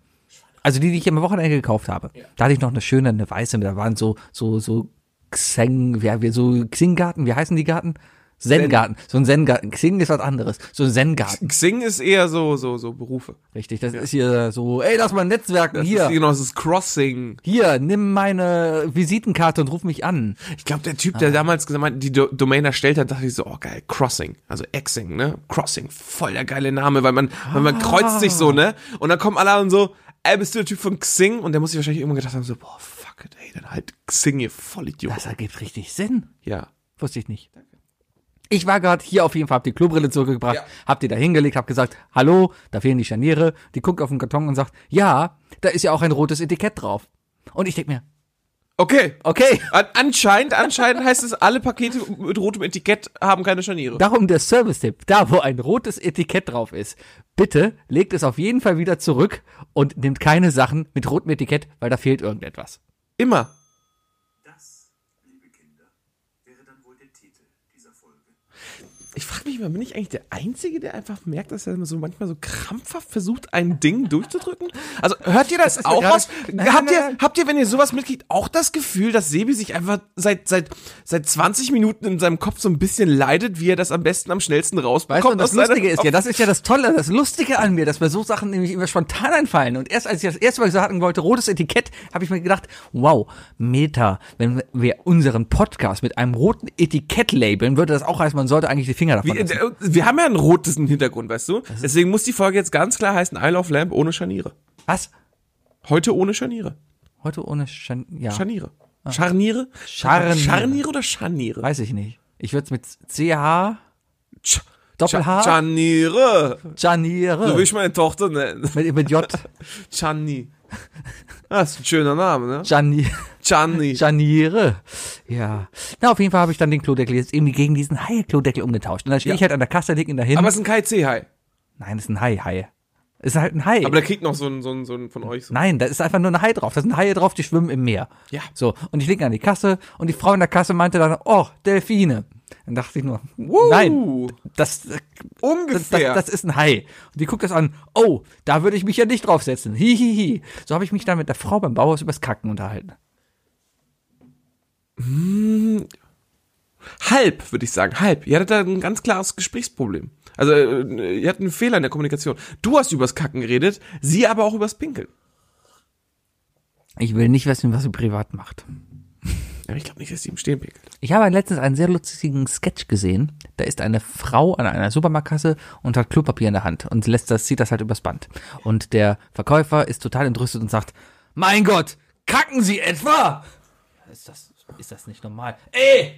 S2: Also die, die ich am Wochenende gekauft habe. Da hatte ich noch eine schöne, eine weiße, da waren so, so, so Xeng, ja, wir so Xing-Garten, wie heißen die Garten? Zen-Garten. So ein Zen-Garten. Xing ist was anderes. So ein Zen-Garten.
S1: Xing ist eher so, so, so Berufe.
S2: Richtig, das ist hier so, ey, lass mal netzwerken,
S1: Das
S2: hier,
S1: Ist, genau, das ist Crossing.
S2: hier, nimm meine Visitenkarte und ruf mich an.
S1: Ich glaube, der Typ, der damals gesagt, die Do Domain erstellt hat, dachte ich so, oh geil, Crossing. Also Exing, ne? Crossing, voll der geile Name, weil man, weil man kreuzt sich so, ne? Und dann kommen alle an und so, ey, bist du der Typ von Xing? Und der muss sich wahrscheinlich irgendwann gedacht haben, so, boah, fuck it, ey, dann halt Xing, ihr Vollidiot.
S2: Das ergibt richtig Sinn.
S1: Ja.
S2: Wusste ich nicht. Ich war gerade hier auf jeden Fall, hab die Klobrille zurückgebracht,
S1: Ja.
S2: hab die da hingelegt, hab gesagt, hallo, da fehlen die Scharniere. Die guckt auf den Karton und sagt, ja, da ist ja auch ein rotes Etikett drauf. Und ich denk mir,
S1: Okay.
S2: okay,
S1: An anscheinend, anscheinend heißt es, alle Pakete mit rotem Etikett haben keine Scharniere.
S2: darum der Service-Tipp. Da, wo ein rotes Etikett drauf ist, bitte legt es auf jeden Fall wieder zurück und nehmt keine Sachen mit rotem Etikett, weil da fehlt irgendetwas.
S1: Immer.
S3: Das, liebe Kinder, wäre dann wohl der Titel dieser Folge.
S1: Ich frage mich mal, bin ich eigentlich der Einzige, der einfach merkt, dass er so manchmal so krampfhaft versucht, ein Ding durchzudrücken? Also hört ihr das,
S2: mir
S1: auch
S2: gerade-
S1: aus?
S2: Nein,
S1: habt,
S2: nein,
S1: ihr,
S2: nein.
S1: habt ihr, wenn ihr sowas mitkriegt, auch das Gefühl, dass Sebi sich einfach seit, seit, seit 20 Minuten in seinem Kopf so ein bisschen leidet, wie er das am besten am schnellsten rausbekommt?
S2: Weißt du, und das
S1: aus seiner-
S2: Lustige ist ja,
S1: auf-
S2: das ist ja das Tolle, das Lustige an mir, dass mir so Sachen nämlich immer spontan einfallen. Und erst als ich das erste Mal sagen wollte, rotes Etikett, habe ich mir gedacht, wow, Meta, wenn wir unseren Podcast mit einem roten Etikett labeln, würde das auch heißen, man sollte eigentlich die Finger davon
S1: Wie-
S2: lassen.
S1: äh, Wir haben ja einen rotesten Hintergrund, weißt du? Deswegen muss die Folge jetzt ganz klar heißen, I Love Lamp ohne Scharniere.
S2: Was?
S1: Heute ohne Scharniere.
S2: Heute ohne Schan ja,
S1: Scharniere. Scharniere?
S2: Scharniere.
S1: Scharniere oder Scharniere?
S2: weiß ich nicht. Ich würde es mit CH,
S1: Sch-
S2: Doppel-H?
S1: Scharniere. So
S2: Janiere,
S1: will ich meine Tochter nennen.
S2: mit, mit J,
S1: Channi. Das ist ein schöner Name, ne?
S2: Janiere.
S1: Channi.
S2: Scharniere. Ja. Na, auf jeden Fall habe ich dann den Klodeckel jetzt irgendwie gegen diesen Hai-Klodeckel umgetauscht. Und dann stehe
S1: Ja.
S2: ich halt an der Kasse, leg ihn dahin.
S1: Aber es ist ein KIC-Hai.
S2: Nein, das ist ein Hai, Hai. Das Ist halt ein Hai.
S1: Aber der kriegt noch so einen, so einen, so einen von euch so.
S2: Nein, da ist einfach nur ein Hai drauf. Da sind Haie drauf, die schwimmen im Meer.
S1: Ja.
S2: So, und ich leg ihn an die Kasse und die Frau in der Kasse meinte dann, oh, Delfine. Dann dachte ich nur, nein, das, das, das,
S1: Ungefähr.
S2: das ist ein Hai. Und die guckt das an, oh, da würde ich mich ja nicht draufsetzen. Hihihi. So habe ich mich dann mit der Frau beim Bauhaus übers Kacken unterhalten.
S1: halb, würde ich sagen. Halb. Ihr hattet da ein ganz klares Gesprächsproblem. Also, äh, ihr hattet einen Fehler in der Kommunikation. Du hast übers Kacken geredet, sie aber auch übers Pinkeln.
S2: Ich will nicht wissen, was sie privat macht.
S1: Ja, ich glaube nicht, dass sie im Stehen pinkelt.
S2: Ich habe letztens einen sehr lustigen Sketch gesehen. Da ist eine Frau an einer Supermarktkasse und hat Klopapier in der Hand und lässt das, zieht das halt übers Band. Und der Verkäufer ist total entrüstet und sagt, mein Gott, kacken Sie etwa? Ist das, ist das nicht normal? Ey,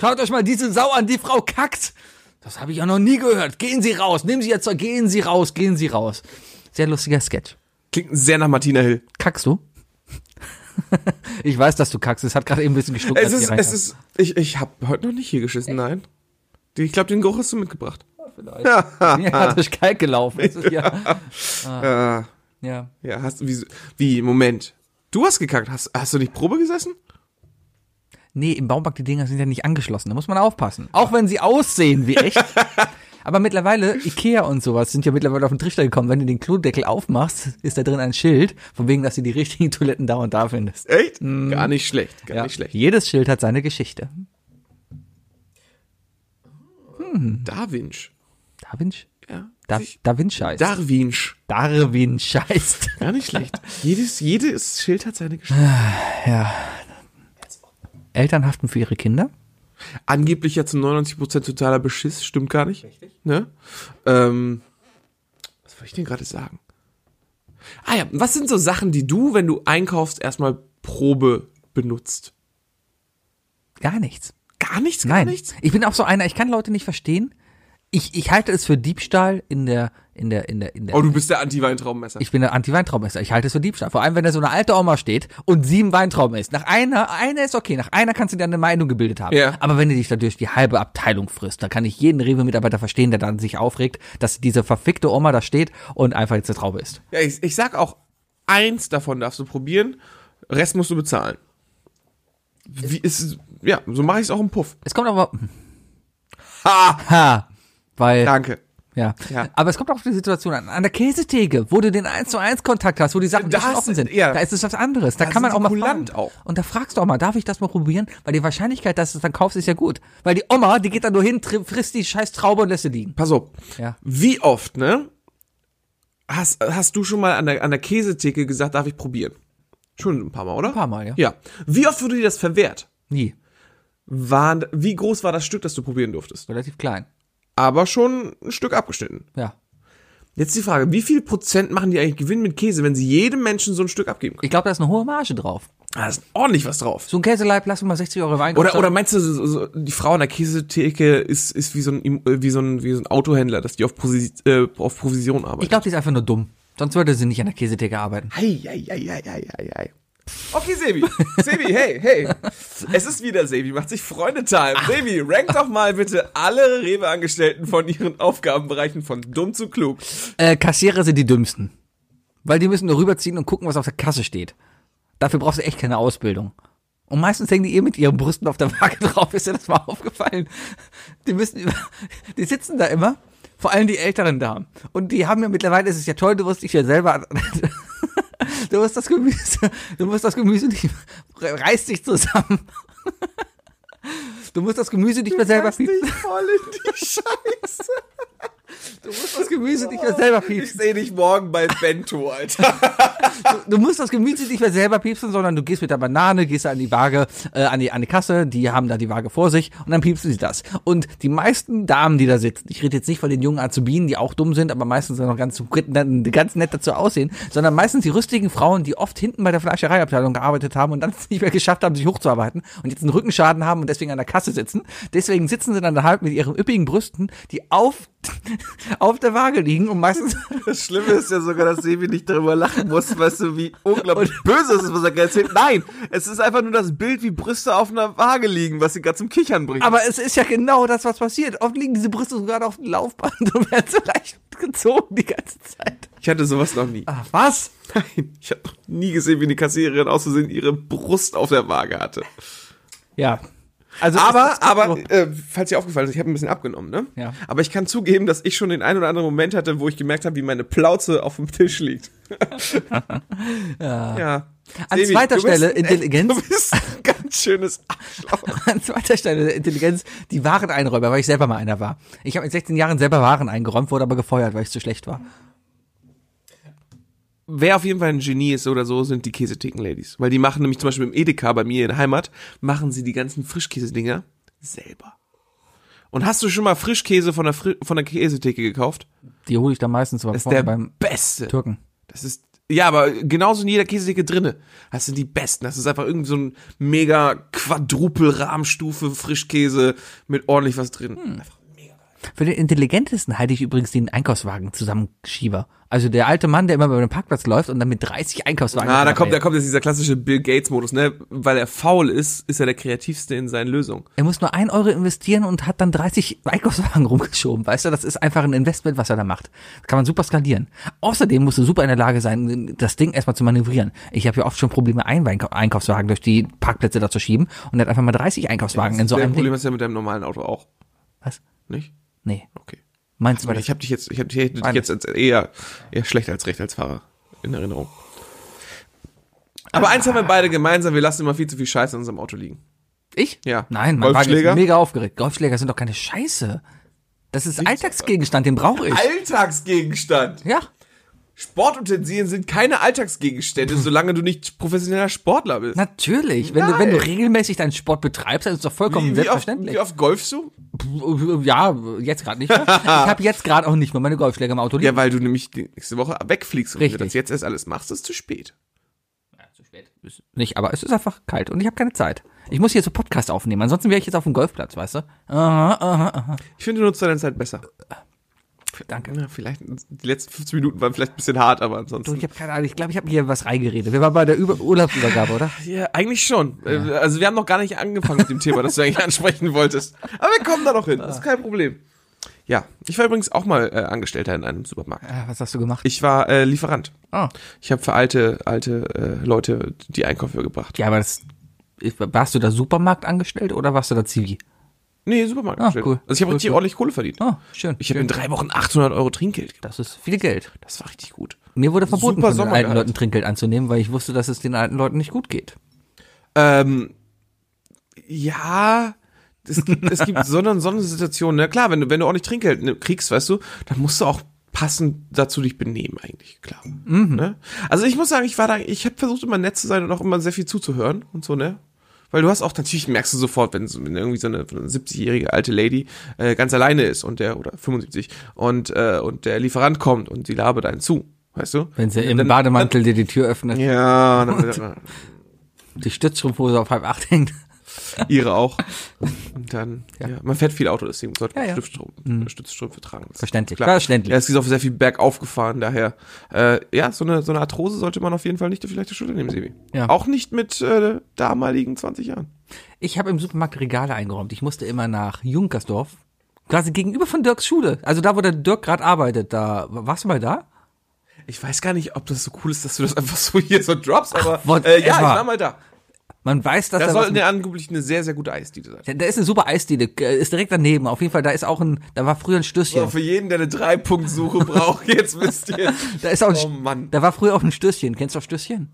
S2: schaut euch mal diese Sau an, die Frau kackt. Das habe ich ja noch nie gehört. Gehen Sie raus, nehmen Sie jetzt, gehen Sie raus, gehen Sie raus. Sehr lustiger Sketch.
S1: Klingt sehr nach Martina Hill.
S2: Kackst du? ich weiß, dass du kackst. Es hat gerade eben ein bisschen geschluckt.
S1: Es
S2: als ich
S1: ist,
S2: rein
S1: es
S2: kam.
S1: ist, ich, ich habe heute noch nicht hier geschissen, nein. Die- Ich glaube, den Geruch hast du mitgebracht.
S2: ja, durch Kalk gelaufen. Das ist ja, Ah.
S1: Ja,
S2: ja.
S1: äh, ja hast du, wie, wie, Moment. Du hast gekackt. Hast, hast du nicht Probe gesessen?
S2: Nee, im Baumarkt, die Dinger sind ja nicht angeschlossen. Da muss man aufpassen. Auch wenn sie aussehen wie echt. Aber mittlerweile, Ikea und sowas sind ja mittlerweile auf den Trichter gekommen. Wenn du den Klodeckel aufmachst, ist da drin ein Schild, von wegen, dass du die richtigen Toiletten da und da findest.
S1: Echt? Gar nicht schlecht, gar
S2: Hm. Ja.
S1: nicht schlecht.
S2: Jedes Schild hat seine Geschichte.
S1: Darwinsch.
S2: Darwinsch?
S1: Ja.
S2: Hm. Da,
S1: Sich-
S2: Darwin scheißt.
S1: Darwinsch.
S2: Darwin scheißt.
S1: Gar nicht schlecht. Jedes, jedes Schild hat seine Geschichte.
S2: Eltern haften für ihre Kinder.
S1: Angeblich ja zu 99% totaler Beschiss, stimmt gar nicht. Richtig. Ne? Ähm, was wollte ich denn gerade sagen? Ah ja, was sind so Sachen, die du, wenn du einkaufst, erstmal Probe benutzt?
S2: Gar nichts.
S1: Gar nichts, gar
S2: Nein.
S1: nichts?
S2: Ich bin auch so einer, ich kann Leute nicht verstehen. Ich, ich halte es für Diebstahl in der, in der, in der, in der.
S1: Oh, du bist der Anti-Weintraubenmesser.
S2: Ich bin der Anti-Weintraubenmesser. Ich halte es für Diebstahl. Vor allem, wenn da so eine alte Oma steht und sieben Weintrauben isst. Nach einer, eine ist okay. Nach einer kannst du dir eine Meinung gebildet haben.
S1: Ja.
S2: Aber wenn du dich dadurch die halbe Abteilung frisst, dann kann ich jeden Rewe-Mitarbeiter verstehen, der dann sich aufregt, dass diese verfickte Oma da steht und einfach jetzt eine Traube isst.
S1: Ja, ich, ich sag auch, eins davon darfst du probieren, Rest musst du bezahlen. Wie ist, ja, so mache ich es auch im Puff.
S2: Es kommt aber,
S1: Ha!
S2: ha, weil,
S1: Danke.
S2: Ja.
S1: Ja.
S2: Aber es kommt auch auf die Situation an. An der Käsetheke, wo du den 1 zu 1 Kontakt hast, wo die Sachen
S1: Das-
S2: das, offen sind.
S1: ja.
S2: Da ist es was anderes. Da kann man
S1: sind
S2: auch mal
S1: die kulant
S2: fragen.
S1: auch.
S2: Und da fragst du auch mal, darf ich das mal probieren? Weil die Wahrscheinlichkeit, dass du es dann kaufst, ist ja gut. Weil die Oma, die geht dann nur hin, tri- frisst die scheiß Traube und lässt sie liegen.
S1: Pass auf.
S2: Ja.
S1: Wie oft, ne? Hast, hast du schon mal an der, an der Käsetheke gesagt, darf ich probieren? Schon ein paar Mal, oder? Ein
S2: paar Mal, ja.
S1: Ja. Wie oft wurde dir das verwehrt?
S2: Nie.
S1: War, wie groß war das Stück, das du probieren durftest?
S2: Relativ klein.
S1: Aber schon ein Stück abgeschnitten.
S2: Ja.
S1: Jetzt die Frage, wie viel Prozent machen die eigentlich Gewinn mit Käse, wenn sie jedem Menschen so ein Stück abgeben können?
S2: Ich glaube, da ist eine hohe Marge drauf.
S1: Da ist ordentlich was drauf.
S2: So ein Käseleib, lass uns mal 60 Euro Wein
S1: Oder, oder meinst du, so, so, die Frau in der Käsetheke ist, ist wie, so ein, äh, wie, so ein, wie so ein Autohändler, dass die auf, Prosi äh, auf Provision
S2: Ich
S1: arbeitet?
S2: glaube, die ist einfach nur dumm. Sonst würde sie nicht an der Käsetheke arbeiten.
S1: Ei, ei, ei, ei, ei, ei, ei. Okay, Sebi. Sebi, hey, hey. Es ist wieder Sebi, macht sich Freunde-Time. Sebi, rank doch mal bitte alle Rewe-Angestellten von ihren Aufgabenbereichen von dumm zu klug.
S2: Äh, Kassierer sind die dümmsten. Weil die müssen nur rüberziehen und gucken, was auf der Kasse steht. Dafür brauchst du echt keine Ausbildung. Und meistens hängen die eh mit ihren Brüsten auf der Waage drauf. Ist dir das mal aufgefallen? Die müssen, über- die sitzen da immer. Vor allem die älteren Damen. Und die haben ja mittlerweile, es ist ja toll, du wirst dich ja selber, du wirst das Gemüse, du musst das Gemüse nicht, reiß dich zusammen. Du musst das Gemüse nicht mehr selber
S1: Lass
S2: piepsen.
S1: dich voll in die Scheiße.
S2: Du musst das Gemüse nicht mehr selber piepsen.
S1: Ich sehe dich morgen bei Bento, Alter.
S2: du musst das Gemüse nicht mehr selber piepsen, sondern du gehst mit der Banane, gehst an die Waage, äh, an, die, an die Kasse, die haben da die Waage vor sich und dann piepsen sie das. Und die meisten Damen, die da sitzen, ich rede jetzt nicht von den jungen Azubinen, die auch dumm sind, aber meistens dann noch ganz, ganz nett dazu aussehen, sondern meistens die rüstigen Frauen, die oft hinten bei der Fleischereiabteilung gearbeitet haben und dann es nicht mehr geschafft haben, sich hochzuarbeiten und jetzt einen Rückenschaden haben und deswegen an der Kasse sitzen. Deswegen sitzen sie dann da halt mit ihren üppigen Brüsten, die auf, auf der Waage liegen und meistens
S1: Das Schlimme ist ja sogar, dass Sebi nicht darüber lachen muss, weißt du, wie unglaublich böse es ist, was er gerade erzählt. Nein, es ist einfach nur das Bild, wie Brüste auf einer Waage liegen, was sie gerade zum Kichern bringt.
S2: Aber es ist ja genau das, was passiert. Oft liegen diese Brüste sogar auf dem Laufband und werden so leicht gezogen die ganze Zeit.
S1: ich hatte sowas noch nie.
S2: Ach, was?
S1: Nein, ich habe noch nie gesehen, wie eine Kassiererin aus Versehen ihre Brust auf der Waage hatte.
S2: Ja. Also
S1: Aber,
S2: es ist-
S1: aber, äh, falls dir aufgefallen ist, ich habe ein bisschen abgenommen, ne?
S2: Ja.
S1: Aber ich kann zugeben, dass ich schon den einen oder anderen Moment hatte, wo ich gemerkt habe, wie meine Plauze auf dem Tisch liegt. ja.
S2: An
S1: Sebi,
S2: zweiter
S1: du bist
S2: Stelle
S1: ein-
S2: Intelligenz.
S1: Du bist ein ganz schönes Arschloch.
S2: an zweiter Stelle der Intelligenz die Wareneinräuber, weil ich selber mal einer war. Ich habe mit 16 Jahren selber Waren eingeräumt, wurde aber gefeuert, weil ich zu schlecht war.
S1: Wer auf jeden Fall ein Genie ist oder so, sind die Käsetheken-Ladies. Weil die machen nämlich zum Beispiel im Edeka bei mir in der Heimat, machen sie die ganzen Frischkäse-Dinger selber. Und hast du schon mal Frischkäse von der, Fri von der Käsetheke gekauft?
S2: Die hole ich dann meistens beim,
S1: Das ist der
S2: beim
S1: Beste.
S2: Türken.
S1: Das ist, ja, aber genauso in jeder Käsedecke drinne. Das sind die Besten. Das ist einfach irgendwie so ein mega Quadrupel-Rahmstufe Frischkäse mit ordentlich was drin.
S2: Hm,
S1: Einfach mega geil.
S2: Für den intelligentesten halte ich übrigens den Einkaufswagen zusammenschieber. Also der alte Mann, der immer über den Parkplatz läuft und dann mit 30 Einkaufswagen.
S1: Ah, da
S2: dabei
S1: kommt, da
S2: ist.
S1: kommt jetzt dieser klassische Bill Gates-Modus, ne? Weil er faul ist, ist er der kreativste in seinen Lösungen.
S2: Er muss nur ein Euro investieren und hat dann 30 Einkaufswagen rumgeschoben. Weißt du, das ist einfach ein Investment, was er da macht. Das kann man super skalieren. Außerdem musst du super in der Lage sein, das Ding erstmal zu manövrieren. Ich habe ja oft schon Probleme, einen Weinka- Einkaufswagen durch die Parkplätze da zu schieben und er hat einfach mal 30 Einkaufswagen in so
S1: Dein
S2: einem
S1: Problem
S2: Ding.
S1: ist ja mit deinem normalen Auto auch,
S2: Was?
S1: nicht?
S2: Nee.
S1: Okay.
S2: Meinst du, weil
S1: Ich
S2: ich
S1: habe dich jetzt, ich hab dich, ich hätte dich
S2: Nein.
S1: jetzt als eher, eher schlecht als recht als Fahrer in Erinnerung. Aber eins haben wir beide gemeinsam, wir lassen immer viel zu viel Scheiße in unserem Auto liegen.
S2: Ich?
S1: Ja.
S2: Nein, mein Wagen
S1: Golfschläger?
S2: ist mega aufgeregt. Golfschläger sind doch keine Scheiße. Das ist Alltagsgegenstand, den brauche ich.
S1: Alltagsgegenstand.
S2: Ja.
S1: Sportutensilien sind keine Alltagsgegenstände, solange du nicht professioneller Sportler bist.
S2: Natürlich. Wenn du, wenn du regelmäßig deinen Sport betreibst, dann ist es doch vollkommen
S1: wie, wie, oft,
S2: selbstverständlich.
S1: wie oft golfst du?
S2: Pff, Ja, jetzt gerade nicht mehr. ich habe jetzt gerade auch nicht mehr meine Golfschläger im Auto liegen.
S1: Ja, weil du nämlich die nächste Woche wegfliegst. Und wenn du
S2: Richtig.
S1: das jetzt erst alles machst, ist zu spät.
S2: Ja, zu spät. Ist Nicht, aber es ist einfach kalt und ich habe keine Zeit. Ich muss hier so Podcast aufnehmen, ansonsten wäre ich jetzt auf dem Golfplatz, weißt du? Aha, aha, aha.
S1: Ich finde, du nutzt deine Zeit besser.
S2: Danke.
S1: Na, vielleicht, die letzten 15 Minuten waren vielleicht ein bisschen hart, aber
S2: Du,
S1: ansonsten.
S2: ich habe keine Ahnung, ich glaube, ich habe hier was reingeredet. Wir waren bei der Über Urlaubsübergabe, oder?
S1: Ja, eigentlich schon. Äh, Also wir haben noch gar nicht angefangen mit dem Thema, das du eigentlich ansprechen wolltest. Aber wir kommen da noch hin,
S2: Ah.
S1: das ist kein Problem. Ja, ich war übrigens auch mal äh, Angestellter in einem Supermarkt.
S2: Ah, was hast du gemacht?
S1: Ich war äh, Lieferant.
S2: Ah.
S1: Ich habe für alte, alte äh, Leute die Einkäufe gebracht.
S2: Ja, aber das, ich- warst du da Supermarkt angestellt oder warst du da Zivi?
S1: Nee, Supermarkt.
S2: Ah, cool.
S1: Also ich habe
S2: Cool,
S1: richtig
S2: cool.
S1: ordentlich Kohle verdient.
S2: Ah, schön.
S1: Ich habe in drei Wochen 800 Euro Trinkgeld gekriegt.
S2: Das ist viel Geld.
S1: Das war richtig gut.
S2: Mir wurde verboten,
S1: Super
S2: von den alten
S1: Sommergehalt.
S2: Leuten Trinkgeld anzunehmen, weil ich wusste, dass es den alten Leuten nicht gut geht.
S1: Ähm, ja, es gibt, es gibt so eine, so eine Situation. Ne? Klar, wenn du, wenn du auch nicht Trinkgeld ne- kriegst, weißt du, dann musst du auch passend dazu dich benehmen eigentlich, klar.
S2: Mhm.
S1: Ne? Also ich muss sagen, ich war da, ich habe versucht immer nett zu sein und auch immer sehr viel zuzuhören und so, ne? Weil du hast auch, natürlich merkst du sofort, wenn, so- wenn irgendwie so eine, so eine 70-jährige alte Lady äh, ganz alleine ist und der, oder 75, und, äh, und der Lieferant kommt und die labert einen zu, weißt du?
S2: Wenn sie im
S1: Dann-
S2: Bademantel dir die Tür öffnet,
S1: Ja, dann,
S2: die Stützstrumpfhose auf halb acht hängt.
S1: Ihre auch. Und dann, ja. man fährt viel Auto, deswegen sollte man
S2: Ja, ja.
S1: Stützstrümpfe, Stützstrümpfe tragen. Das ist
S2: Verständlich,
S1: Klar.
S2: verständlich.
S1: Ja, es ist auch sehr viel bergauf gefahren, daher. Äh, ja, so eine, so eine Arthrose sollte man auf jeden Fall nicht auf die leichte Schulter nehmen, Sebi.
S2: Ja.
S1: Auch nicht mit äh, damaligen 20 Jahren.
S2: Ich habe im Supermarkt Regale eingeräumt. Ich musste immer nach Junkersdorf, quasi gegenüber von Dirks Schule. Also da, wo der Dirk gerade arbeitet, da warst du mal da?
S1: Ich weiß gar nicht, ob das so cool ist, dass du das einfach so hier so drops, aber
S2: whatever.
S1: äh, ja, ich war mal da.
S2: Man weiß, dass
S1: Da
S2: da, was
S1: soll ne, angeblich eine sehr, sehr gute Eisdiele sein.
S2: mit, da ist eine super Eisdiele, äh, ist direkt daneben. Auf jeden Fall, da ist auch ein, da war früher ein Stößchen.
S1: So, Also für jeden, der eine Drei-Punkt-Suche braucht, jetzt wisst ihr.
S2: Da ist auch ein,
S1: Oh
S2: St-
S1: Mann.
S2: da war früher auch ein Stößchen. Kennst du auch Stößchen?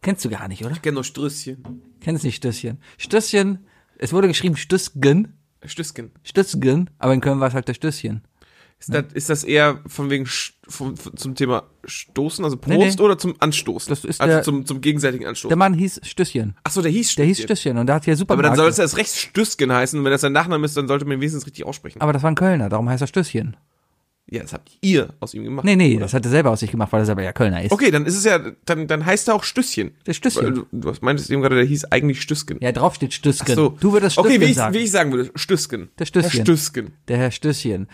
S2: Kennst du gar nicht, oder?
S1: Ich kenne nur Strösschen.
S2: Kennst nicht Stößchen. Stößchen, es wurde geschrieben Stößgen,
S1: Äh, Stößchen.
S2: Stößgen, aber in Köln war es halt der Stößchen.
S1: Ist, das, ist das eher von wegen Sch- vom, vom, zum Thema Stoßen, also Prost
S2: nee.
S1: oder zum Anstoßen?
S2: Das ist
S1: also
S2: der-
S1: zum, zum gegenseitigen
S2: Der
S1: Anstoßen.
S2: Mann hieß Stößchen.
S1: Achso, der hieß
S2: Der hieß
S1: Stößchen.
S2: Stößchen genau. und da hat hier super
S1: Aber dann soll es erst recht Stüsken heißen und wenn das sein Nachname ist, dann sollte man ihn wenigstens richtig aussprechen.
S2: aber das war ein Kölner, darum heißt er Stößchen.
S1: Ja, das habt ihr aus ihm gemacht.
S2: Nee, nee, das hat er selber aus sich gemacht, weil er selber ja Kölner ist.
S1: Okay, dann ist es ja, dann, dann heißt er auch Stößchen.
S2: Der Stößchen.
S1: Weil Du, du hast- meintest eben gerade, der hieß eigentlich Stüsken.
S2: Ja, drauf steht Stößchen.
S1: So.
S2: Du würdest Stößchen
S1: okay, wie ich,
S2: sagen.
S1: wie ich sagen würde, Stüsken.
S2: Der Stößchen.
S1: Herr Stüsken.
S2: Der Herr Stößchen.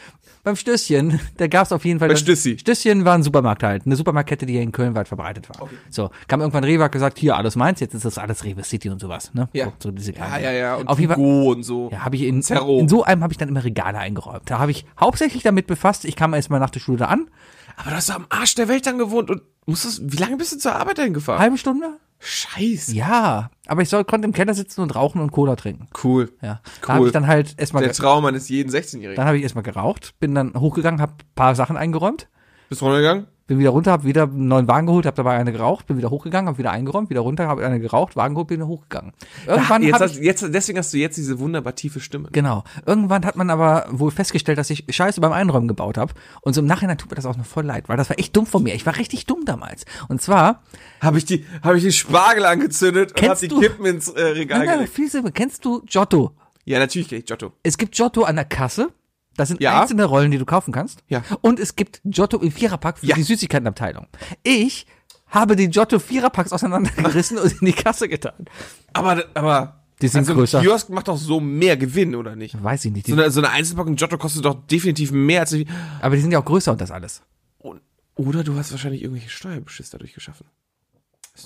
S2: Beim Stößchen, da gab es auf jeden Fall.
S1: Bei Stössi.
S2: Stößchen war ein Supermarkt halt. Eine Supermarktkette, die hier in Köln weit verbreitet war. So, kam irgendwann Rewe, hat gesagt, hier, alles meins, jetzt ist das alles Rewe City und sowas, ne?
S1: Ja.
S2: So, so diese
S1: Ja,
S2: kleinen-
S1: ja, ja. Und
S2: auf jeden Fall.
S1: Go und so.
S2: Ja, habe ich in,
S1: Zerro.
S2: in so einem habe ich dann immer Regale eingeräumt. Da habe ich hauptsächlich damit befasst, ich kam erst mal nach der Schule da an,
S1: Aber du hast doch am Arsch der Welt dann gewohnt und musstest, wie lange bist du zur Arbeit dahin gefahren?
S2: halbe Stunde?
S1: Scheiße.
S2: Ja, aber ich soll, konnte im Keller sitzen und rauchen und Cola trinken.
S1: Cool.
S2: Ja, da habe
S1: Cool.
S2: ich dann halt erstmal
S1: Der Traum eines jeden 16-Jährigen.
S2: dann habe ich erstmal geraucht, bin dann hochgegangen, habe paar Sachen eingeräumt.
S1: Bist du runtergegangen?
S2: Bin wieder runter, hab wieder einen neuen Wagen geholt, hab dabei eine geraucht, bin wieder hochgegangen, hab wieder eingeräumt, wieder runter, hab eine geraucht, Wagen geholt, bin wieder hochgegangen. Irgendwann
S1: Ah, jetzt
S2: hab
S1: hast,
S2: ich,
S1: jetzt, deswegen hast du jetzt diese wunderbar tiefe Stimme.
S2: genau, irgendwann hat man aber wohl festgestellt, dass ich Scheiße beim Einräumen gebaut habe und so im Nachhinein tut mir das auch noch voll leid, weil das war echt dumm von mir. Ich war richtig dumm damals. Und zwar
S1: Habe ich, die- hab ich den Spargel angezündet und
S2: Kennst
S1: hab die
S2: du-
S1: Kippen ins äh, Regal
S2: Nein, nein,
S1: gelegt.
S2: viel simpler. Kennst du Giotto?
S1: Ja, natürlich kenne ich Giotto.
S2: Es gibt Giotto an der Kasse. Das sind
S1: Ja.
S2: einzelne Rollen, die du kaufen kannst.
S1: Ja.
S2: Und es gibt Giotto im Viererpack für
S1: Ja.
S2: die Süßigkeitenabteilung. Ich habe die Giotto Viererpacks auseinandergerissen und in die Kasse getan.
S1: Aber, aber
S2: Die sind
S1: also ein
S2: größer.
S1: Kiosk macht doch so mehr Gewinn, oder nicht?
S2: Weiß ich nicht. Die,
S1: So eine, so eine Einzelpackung Giotto kostet doch definitiv mehr als...
S2: aber die sind ja auch größer und das alles.
S1: Und- Oder du hast wahrscheinlich irgendwelche Steuerbeschiss dadurch geschaffen.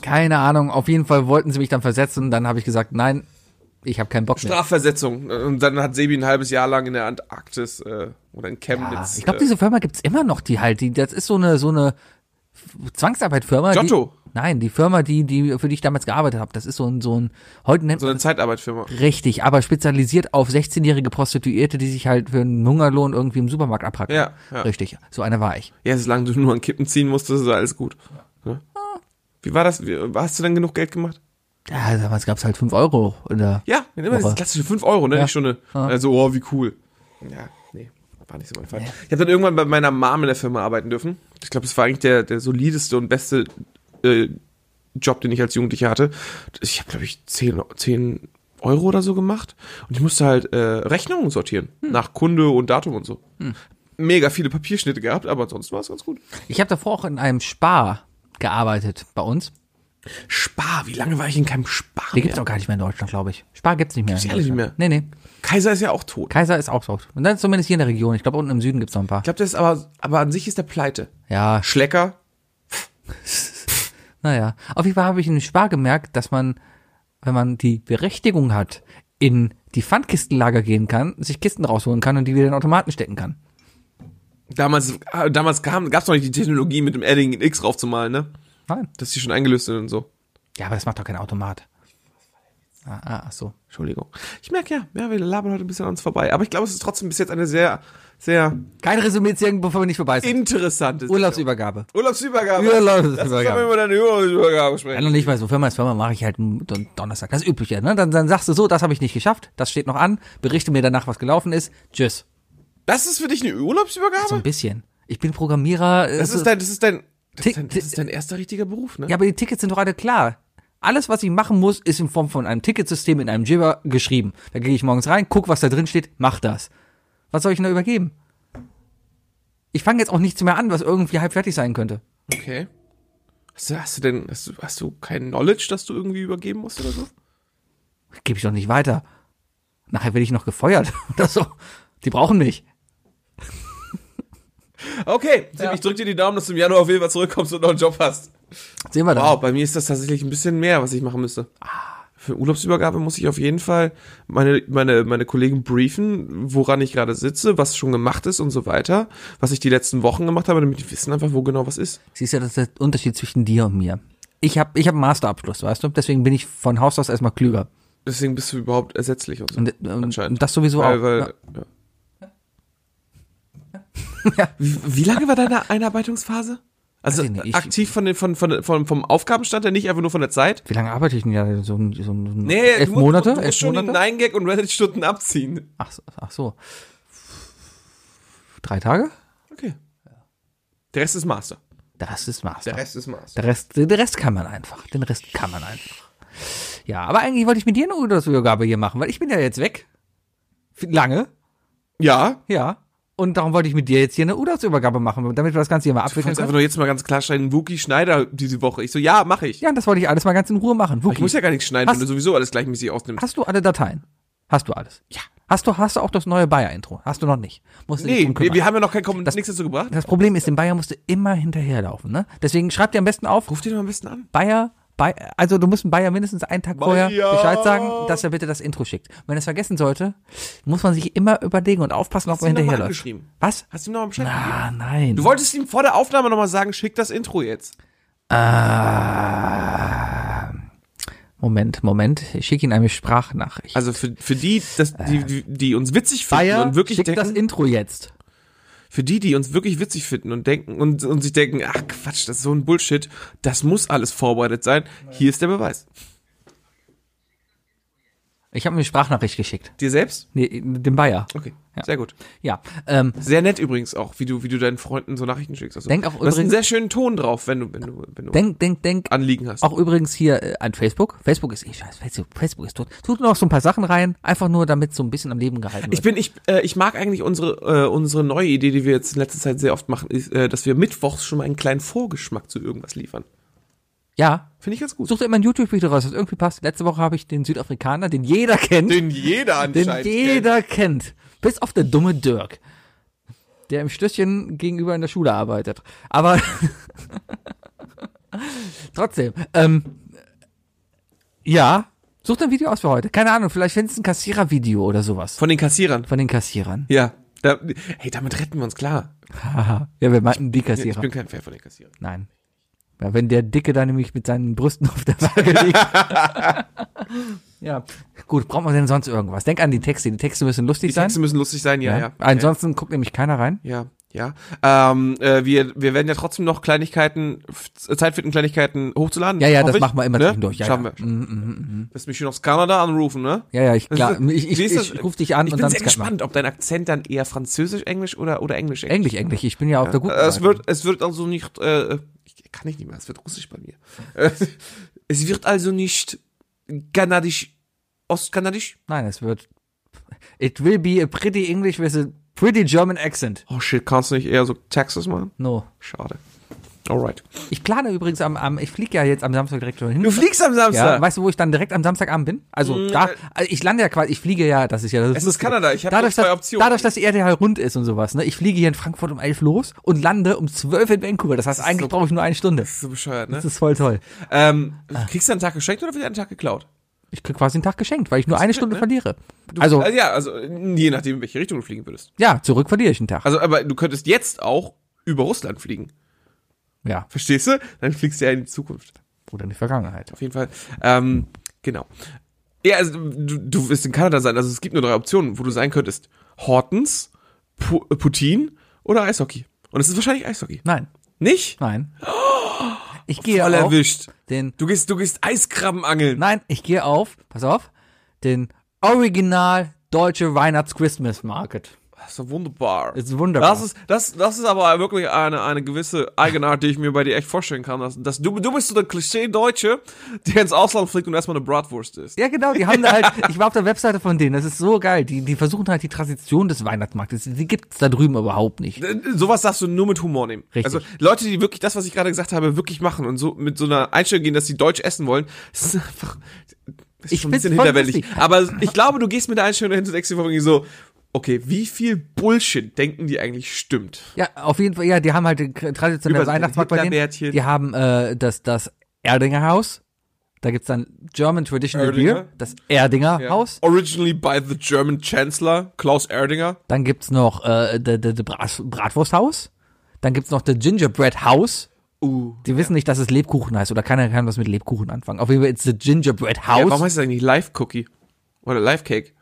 S2: Keine Ahnung. Auf jeden Fall wollten sie mich dann versetzen. Dann habe ich gesagt, nein, ich habe keinen Bock mehr.
S1: Strafversetzung. Und dann hat Sebi ein halbes Jahr lang in der Antarktis äh, oder in
S2: Ja,
S1: Chemnitz...
S2: ich glaube,
S1: äh,
S2: diese Firma gibt's immer noch, die halt, die, das ist so eine, so eine Zwangsarbeitfirma.
S1: Giotto.
S2: Die, nein, die Firma, die, die, für die ich damals gearbeitet habe, das ist so ein, so ein, heute nennt
S1: so eine Zeitarbeitfirma.
S2: Richtig, aber spezialisiert auf 16-jährige Prostituierte, die sich halt für einen Hungerlohn irgendwie im Supermarkt abhacken.
S1: Ja, ja.
S2: Richtig, so einer war ich.
S1: Ja, solange du nur an Kippen ziehen musstest, ist alles gut. Ne? Wie war das? Wie, hast du dann genug Geld gemacht?
S2: Ja, damals gab's halt 5 Euro. Oder
S1: Ja, immer
S2: Woche.
S1: diese klassische 5 Euro, ne?
S2: Ja.
S1: Die Stunde. Also, oh, wie cool. Ja, nee, war nicht so mein Fall. Ich habe dann irgendwann bei meiner Mom in der Firma arbeiten dürfen. Ich glaube, das war eigentlich der, der solideste und beste äh, Job, den ich als Jugendlicher hatte. Ich habe, glaube ich, 10, 10 Euro oder so gemacht. Und ich musste halt äh, Rechnungen sortieren.
S2: Hm.
S1: Nach Kunde und Datum und so. Mega viele Papierschnitte gehabt, aber ansonsten war es ganz gut.
S2: Ich habe davor auch in einem Spar gearbeitet bei uns.
S1: Spar, wie lange war ich in keinem Spar?
S2: Die gibt's
S1: mehr?
S2: auch gar nicht mehr in Deutschland, glaube ich. Spar gibt's nicht mehr.
S1: die
S2: in
S1: alle nicht
S2: Deutschland. Nee, nee.
S1: Kaiser ist ja auch tot.
S2: Kaiser ist auch tot. Und dann zumindest hier in der Region. Ich glaube, unten im Süden gibt's noch ein paar.
S1: Ich glaube, das ist aber, aber an sich ist der pleite.
S2: Ja,
S1: Schlecker,
S2: Naja, auf jeden Fall habe ich in dem Spar gemerkt, dass man, wenn man die Berechtigung hat, in die Pfandkistenlager gehen kann, sich Kisten rausholen kann und die wieder in den Automaten stecken kann.
S1: damals, äh, damals gab es noch nicht die Technologie, mit dem Adding in X draufzumalen, ne?
S2: Nein.
S1: Dass die schon eingelöst sind und so.
S2: Ja, aber das macht doch kein Automat. Ah, ah ach so.
S1: Entschuldigung. Ich merke ja, ja, wir labern heute ein bisschen an uns vorbei. Aber ich glaube, es ist trotzdem bis jetzt eine sehr, sehr
S2: Kein Resümee ziehen, bevor wir nicht vorbei sind.
S1: interessante
S2: Urlaubsübergabe.
S1: Urlaubsübergabe.
S2: Urlaubsübergabe.
S1: Lass uns doch mal über deine Urlaubsübergabe
S2: Ja,
S1: sprechen.
S2: noch nicht mal so. Firma ist Firma, mache ich halt am Don- Donnerstag. Das Übliche, ne? Dann, dann sagst du so, das habe ich nicht geschafft, das steht noch an, berichte mir danach, was gelaufen ist. Tschüss.
S1: Das ist für dich eine
S2: So ein
S1: Urlaubsübergabe?
S2: bisschen. Ich bin Programmierer. äh,
S1: Das
S2: so-
S1: ist dein, das ist dein, das
S2: Tick-
S1: ist dein, das ist dein erster richtiger Beruf, ne?
S2: Ja, aber die Tickets sind doch alle klar. Alles, was ich machen muss, ist in Form von einem Ticketsystem in einem Jibber geschrieben. Da gehe ich morgens rein, guck, was da drin steht, mach das. Was soll ich denn da übergeben? Ich fange jetzt auch nichts mehr an, was irgendwie halb fertig sein könnte.
S1: Okay. Hast du, hast du denn, hast du, hast du kein Knowledge, dass du irgendwie übergeben musst oder so?
S2: Gebe ich doch nicht weiter. Nachher werde ich noch gefeuert oder so. Die brauchen mich.
S1: Okay, Sim, ich drück dir die Daumen, dass du im Januar auf jeden Fall zurückkommst und noch einen Job hast.
S2: Sehen wir dann.
S1: Wow, bei mir ist das tatsächlich ein bisschen mehr, was ich machen müsste. Ah, Für Urlaubsübergabe muss ich auf jeden Fall meine, meine, meine Kollegen briefen, woran ich gerade sitze, was schon gemacht ist und so weiter, was ich die letzten Wochen gemacht habe, damit die wissen einfach, wo genau was ist.
S2: Siehst du, das ist der Unterschied zwischen dir und mir. Ich habe ich hab einen Masterabschluss, weißt du? Deswegen bin ich von Haus aus erstmal klüger.
S1: Deswegen bist du überhaupt ersetzlich und so.
S2: Und, äh, und das sowieso
S1: Weil,
S2: auch.
S1: weil,
S2: Ja.
S1: ja. Wie, wie lange war deine Einarbeitungsphase? Also
S2: Weiß ich nicht, ich-
S1: aktiv von, den, von, von, von, vom Aufgabenstand her nicht, einfach nur von der Zeit?
S2: Wie lange arbeite ich denn ja? So, ein- so ein- elf
S1: du musst-
S2: Monate?
S1: Du
S2: elf
S1: musst schon
S2: Monate?
S1: den 9-Gag und Reddit-Stunden abziehen.
S2: Ach, so- ach so. Drei Tage?
S1: Okay. Der Rest ist Master.
S2: Das ist Master.
S1: Der Rest ist Master.
S2: Der Rest, den Rest kann man einfach. Den Rest kann man einfach. Ja, aber eigentlich wollte ich mit dir eine Urlaubsübergabe hier machen, weil ich bin ja jetzt weg. Für Lange,
S1: Ja.
S2: ja. Und darum wollte ich mit dir jetzt hier eine Urlaubsübergabe machen, damit wir das Ganze hier mal
S1: Du
S2: abwickeln
S1: kannst einfach
S2: können.
S1: nur jetzt mal ganz klar schneiden, Wookie Schneider diese Woche. Ich so, ja, mache ich.
S2: Ja, und das wollte ich alles mal ganz in Ruhe machen.
S1: Ich muss
S2: Wirklich.
S1: ja gar nichts schneiden,
S2: Hast-
S1: wenn du sowieso alles gleichmäßig ausnimmst.
S2: Hast du alle Dateien? Hast du alles? Ja. Hast du, hast du auch das neue Bayer-Intro? Hast du noch nicht? Musst du dich
S1: Nee,
S2: drum
S1: wir,
S2: kümmern.
S1: wir haben ja noch kein Kom nichts dazu gebracht.
S2: das Problem ist, den Bayer musst du immer hinterherlaufen, ne? Deswegen schreib dir am besten auf,
S1: Ruf den mal am besten an.
S2: Bayer, Bay- also du musst einem Bayer mindestens einen Tag vorher
S1: Bayer.
S2: Bescheid sagen, dass er bitte das Intro schickt. Wenn er es vergessen sollte, muss man sich immer überlegen und aufpassen, ob
S1: du ihn
S2: man
S1: noch mal
S2: hinterherläuft.
S1: angeschrieben?
S2: Was?
S1: Hast du ihm nochmal Bescheid gegeben?
S2: Ah, nein.
S1: Du wolltest ihm vor der Aufnahme nochmal sagen, schick das Intro jetzt.
S2: Moment, Moment. Ich schicke Ihnen eine Sprachnachricht.
S1: Also für, für die, das, die, die, die uns witzig finden und wirklich
S2: Äh. schickt das
S1: denken,
S2: Intro jetzt.
S1: für die, die uns wirklich witzig finden und denken und, und sich denken, ach Quatsch, das ist so ein Bullshit, das muss alles vorbereitet sein. Hier ist der Beweis.
S2: Ich habe mir eine Sprachnachricht geschickt.
S1: Dir selbst?
S2: Nee, dem Bayer.
S1: Okay,
S2: Ja.
S1: sehr gut.
S2: Ja. Ähm,
S1: Sehr nett übrigens auch, wie du, wie du deinen Freunden so Nachrichten schickst. Also,
S2: Denk auch
S1: du hast einen
S2: übrigens-
S1: sehr schönen Ton drauf, wenn du, wenn du, wenn du
S2: denk, denk, denk.
S1: Anliegen hast.
S2: Auch übrigens hier äh, an Facebook. Facebook ist eh scheiße. Facebook, Facebook ist tot. Tut noch so ein paar Sachen rein, einfach nur damit so ein bisschen am Leben gehalten wird.
S1: Ich bin, ich, äh, ich mag eigentlich unsere, äh, unsere neue Idee, die wir jetzt in letzter Zeit sehr oft machen, ist, äh, dass wir mittwochs schon mal einen kleinen Vorgeschmack zu irgendwas liefern.
S2: ja.
S1: Finde ich ganz gut.
S2: Such dir immer ein YouTube-Video raus, das irgendwie passt. Letzte Woche habe ich den Südafrikaner, den jeder kennt, den,
S1: Den jeder anscheinend. kennt.
S2: jeder kennt. Bis auf der dumme Dirk, der im Stößchen gegenüber in der Schule arbeitet. Aber trotzdem, ähm, ja, such dir ein Video aus für heute. Keine Ahnung, vielleicht findest du ein Kassierer-Video oder sowas.
S1: Von den Kassierern.
S2: Von den Kassierern.
S1: Ja. Da, hey, damit retten wir uns klar.
S2: Haha. ja, wir meinten die
S1: Ich
S2: Kassierer.
S1: bin kein Fan von den Kassierern.
S2: Nein. Ja, wenn der Dicke da nämlich mit seinen Brüsten auf der Waage liegt. ja. Gut, braucht man denn sonst irgendwas? Denk an die Texte. Die Texte müssen lustig
S1: Die
S2: sein.
S1: Texte müssen lustig sein, ja, ja.
S2: Ansonsten guckt nämlich keiner rein.
S1: Ja. Ja, ähm, äh, wir, wir werden ja trotzdem noch Kleinigkeiten, f- Zeit finden, Kleinigkeiten hochzuladen.
S2: Ja, ja,
S1: Hoffe
S2: das
S1: ich,
S2: machen wir immer
S1: ne?
S2: zwischendurch. Ja, Mhm,
S1: Schaffen
S2: ja.
S1: wir. Lass mich schön aus Kanada anrufen, ne?
S2: Ja, ja, ich, klar,
S1: Wie
S2: ich, ich,
S1: ist
S2: ich,
S1: das?
S2: ruf dich an
S1: Ich
S2: und
S1: bin
S2: dann
S1: sehr
S2: Skype machen.
S1: gespannt, ob dein Akzent dann eher französisch, englisch oder, oder englisch.
S2: Englisch, Englisch. Ich bin ja auf der guten
S1: Äh, es
S2: Seite.
S1: wird, es wird also nicht, äh, ich, kann ich nicht mehr, es wird russisch bei mir. Äh, es wird also nicht kanadisch, ostkanadisch.
S2: Nein, es wird. It will be a pretty English with a pretty German accent.
S1: Oh shit, kannst du nicht eher so Texas machen?
S2: No.
S1: Schade. Alright.
S2: Ich plane übrigens am, am ich fliege ja jetzt am Samstag direkt schon hin.
S1: Du fliegst am
S2: Ja,
S1: Samstag. Mm, äh,
S2: weißt du, wo ich dann direkt am Samstagabend bin? Also da, also ich lande ja quasi, ich fliege ja, das ist ja das
S1: es ist Kanada, ich habe
S2: dadurch,
S1: zwei
S2: dass,
S1: Optionen.
S2: dadurch, dass die Erde ja rund ist und sowas, ne? Ich fliege hier in Frankfurt um elf los und lande um zwölf in Vancouver. Das heißt, eigentlich brauche ich nur eine Stunde.
S1: so bescheuert, ne?
S2: Das ist voll toll.
S1: Ähm, kriegst du einen Tag geschenkt oder wird einen Tag geklaut?
S2: Ich krieg quasi einen Tag geschenkt, weil ich nur eine Stunde
S1: ne?
S2: verliere. Also,
S1: ja, also je nachdem, in welche Richtung du fliegen würdest.
S2: ja, zurück verliere ich einen Tag.
S1: Also, aber du könntest jetzt auch über Russland fliegen.
S2: Ja,
S1: Verstehst du? Dann fliegst du ja in die Zukunft.
S2: oder in die Vergangenheit.
S1: Auf jeden Fall. Ähm, genau. Ja, also du, du wirst in Kanada sein. Also es gibt nur drei Optionen, wo du sein könntest. Hortons, Pu äh, Putin oder Eishockey. Und es ist wahrscheinlich Eishockey.
S2: Nein,
S1: Nicht?
S2: nein. Ich gehe
S1: Voll
S2: auf
S1: erwischt.
S2: den,
S1: Du gehst, du gehst Eiskrabbenangeln.
S2: nein, ich gehe auf, pass auf, den original deutsche Weihnachts-Christmas-Market.
S1: Das ist doch wunderbar.
S2: Ist wunderbar.
S1: Das ist, das, das ist aber wirklich eine, eine gewisse Eigenart, die ich mir bei dir echt vorstellen kann. Dass, dass du, du bist so der Klischee-Deutsche, der ins Ausland fliegt und erstmal eine Bratwurst isst.
S2: Ja, genau, die haben da halt, ich war auf der Webseite von denen, das ist so geil. Die, die versuchen halt die Tradition des Weihnachtsmarktes, die gibt's da drüben überhaupt nicht.
S1: Äh, Sowas darfst du nur mit Humor nehmen.
S2: Richtig.
S1: Also Leute, die wirklich das, was ich gerade gesagt habe, wirklich machen und so mit so einer Einstellung gehen, dass sie Deutsch essen wollen, das ist einfach das ist
S2: Ich
S1: schon ein bisschen
S2: find's voll
S1: hinterwältig.
S2: lustig.
S1: Aber ich glaube, du gehst mit der Einstellung dahin und denkst dir vor allem so, okay, wie viel Bullshit denken die eigentlich stimmt?
S2: Ja, auf jeden Fall, ja, die haben halt den k- traditionellen
S1: Über-
S2: Weihnachtsmarkt bei denen.
S1: Hitlerbärtchen.
S2: Die haben äh, das, das Erdinger Haus, da gibt's dann German Traditional
S1: Erdinger?
S2: Beer, das Erdinger Haus.
S1: Originally by the German Chancellor Klaus Erdinger.
S2: Dann gibt's noch äh, de, de, de Bras- Bratwursthaus. Dann gibt's noch der Gingerbread House.
S1: Uh.
S2: Die wissen nicht, dass es Lebkuchen heißt oder keiner kann was mit Lebkuchen anfangen. Auf jeden Fall ist the Gingerbread
S1: Ja,
S2: House.
S1: warum heißt es eigentlich Live Cookie? Oder Live Cake?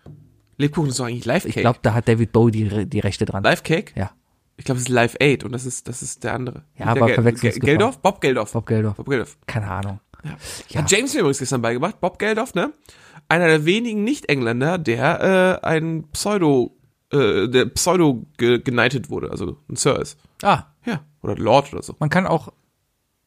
S1: Lebkuchen ist doch eigentlich Live Cake.
S2: ich glaube, da hat David Bowie die, Re- die Rechte dran.
S1: Live Cake?
S2: Ja.
S1: Ich glaube, es ist Live Aid und das ist, das ist der andere.
S2: Ja,
S1: Nicht der
S2: aber
S1: Gel-
S2: Verwechslungsgefahr.
S1: Gel- Geldorf? Bob Geldorf.
S2: Bob Geldof.
S1: Bob Geldof.
S2: Keine Ahnung. Ja.
S1: Hat James mir übrigens gestern beigebracht. Bob Geldof, ne? Einer der wenigen Nicht-Engländer, der äh, ein Pseudo, äh, der Pseudo ge geneitet wurde, also ein Sir ist.
S2: Ah,
S1: Ja. Oder Lord oder so.
S2: man kann auch,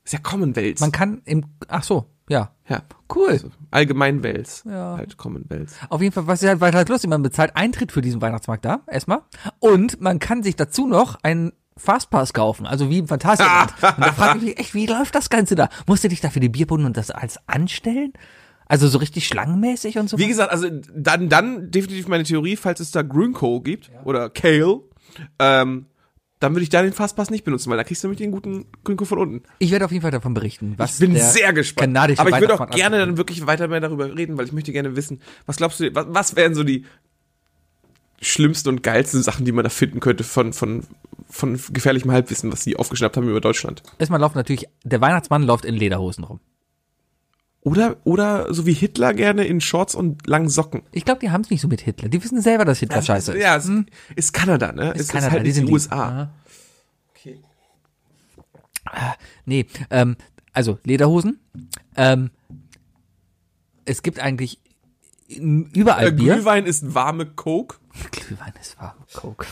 S1: Ist ja Commonwealth.
S2: man kann im, ach so, ja.
S1: ja.
S2: Cool.
S1: Also Allgemeinwelts.
S2: Ja.
S1: Halt Commonwealth.
S2: Auf jeden Fall, was ist halt, was halt lustig, man bezahlt Eintritt für diesen Weihnachtsmarkt da, erstmal. Und man kann sich dazu noch einen Fastpass kaufen, also wie im Phantasialand. und da frage ich mich echt, wie läuft das Ganze da? Musst du dich dafür die Bierbunden und das alles anstellen? Also so richtig schlangenmäßig und so?
S1: Wie gesagt, also dann, dann definitiv meine Theorie, falls es da Grünkohl gibt oder Kale, ähm, dann würde ich da den Fastpass nicht benutzen, weil da kriegst du nämlich den guten Grünkohl von unten.
S2: ich werde auf jeden Fall davon berichten. Was
S1: Ich bin
S2: der
S1: sehr gespannt.
S2: kanadische
S1: Aber ich würde auch
S2: Weihnachtsmarkt
S1: gerne
S2: anbietet.
S1: dann wirklich weiter mehr darüber reden, weil ich möchte gerne wissen, was glaubst du, was, was wären so die schlimmsten und geilsten Sachen, die man da finden könnte von, von, von gefährlichem Halbwissen, was sie aufgeschnappt haben über Deutschland?
S2: Erstmal läuft natürlich, der Weihnachtsmann läuft in Lederhosen rum.
S1: Oder, oder so wie Hitler gerne in Shorts und langen Socken.
S2: Ich glaube, die haben es nicht so mit Hitler. Die wissen selber, dass Hitler scheiße ist.
S1: Ja, es ist Kanada, ne? Es
S2: Kanada,
S1: halt
S2: die Ah.
S1: nicht
S2: sind
S1: die
S2: lieb.
S1: USA.
S2: Ah, Nee, ähm, also Lederhosen. Ähm, es gibt eigentlich n- überall
S1: Äh,
S2: Bier.
S1: Glühwein ist warme Coke.
S2: Glühwein ist warm. Coke.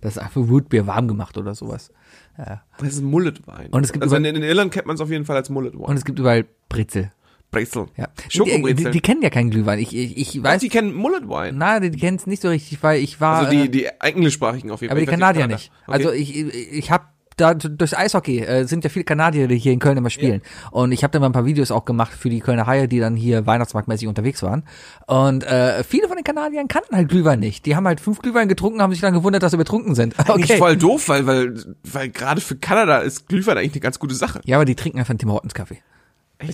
S2: Das ist einfach Rootbier warm gemacht oder sowas.
S1: Das ist Mulletwein.
S2: Und es gibt
S1: also in,
S2: über-
S1: in Irland kennt man es auf jeden Fall als Mulletwein.
S2: Und es gibt überall Brezel.
S1: Brezel.
S2: Ja. Die, die,
S1: Schokobrezel.
S2: die kennen ja keinen Glühwein. Ich, ich, ich
S1: Doch,
S2: weiß,
S1: die kennen Mulletwein.
S2: na, die kennen es nicht so richtig, weil ich war.
S1: Also die,
S2: äh,
S1: die englischsprachigen auf jeden
S2: aber
S1: Fall. Ich
S2: die
S1: weiß
S2: Kanadier
S1: Kanada.
S2: nicht.
S1: Okay.
S2: Also ich, ich- ich habe da durchs Eishockey äh, sind ja viele Kanadier, die hier in Köln immer spielen. Und ich habe da mal ein paar Videos auch gemacht für die Kölner Haie, die dann hier weihnachtsmarktmäßig unterwegs waren. Und äh, viele von den Kanadiern kannten halt Glühwein nicht. Die haben halt fünf Glühwein getrunken, haben sich dann gewundert, dass sie betrunken sind.
S1: Eigentlich
S2: Okay.
S1: voll doof, weil, weil, weil gerade für Kanada ist Glühwein eigentlich eine ganz gute Sache.
S2: Ja, aber die trinken einfach einen Tim Hortons Kaffee.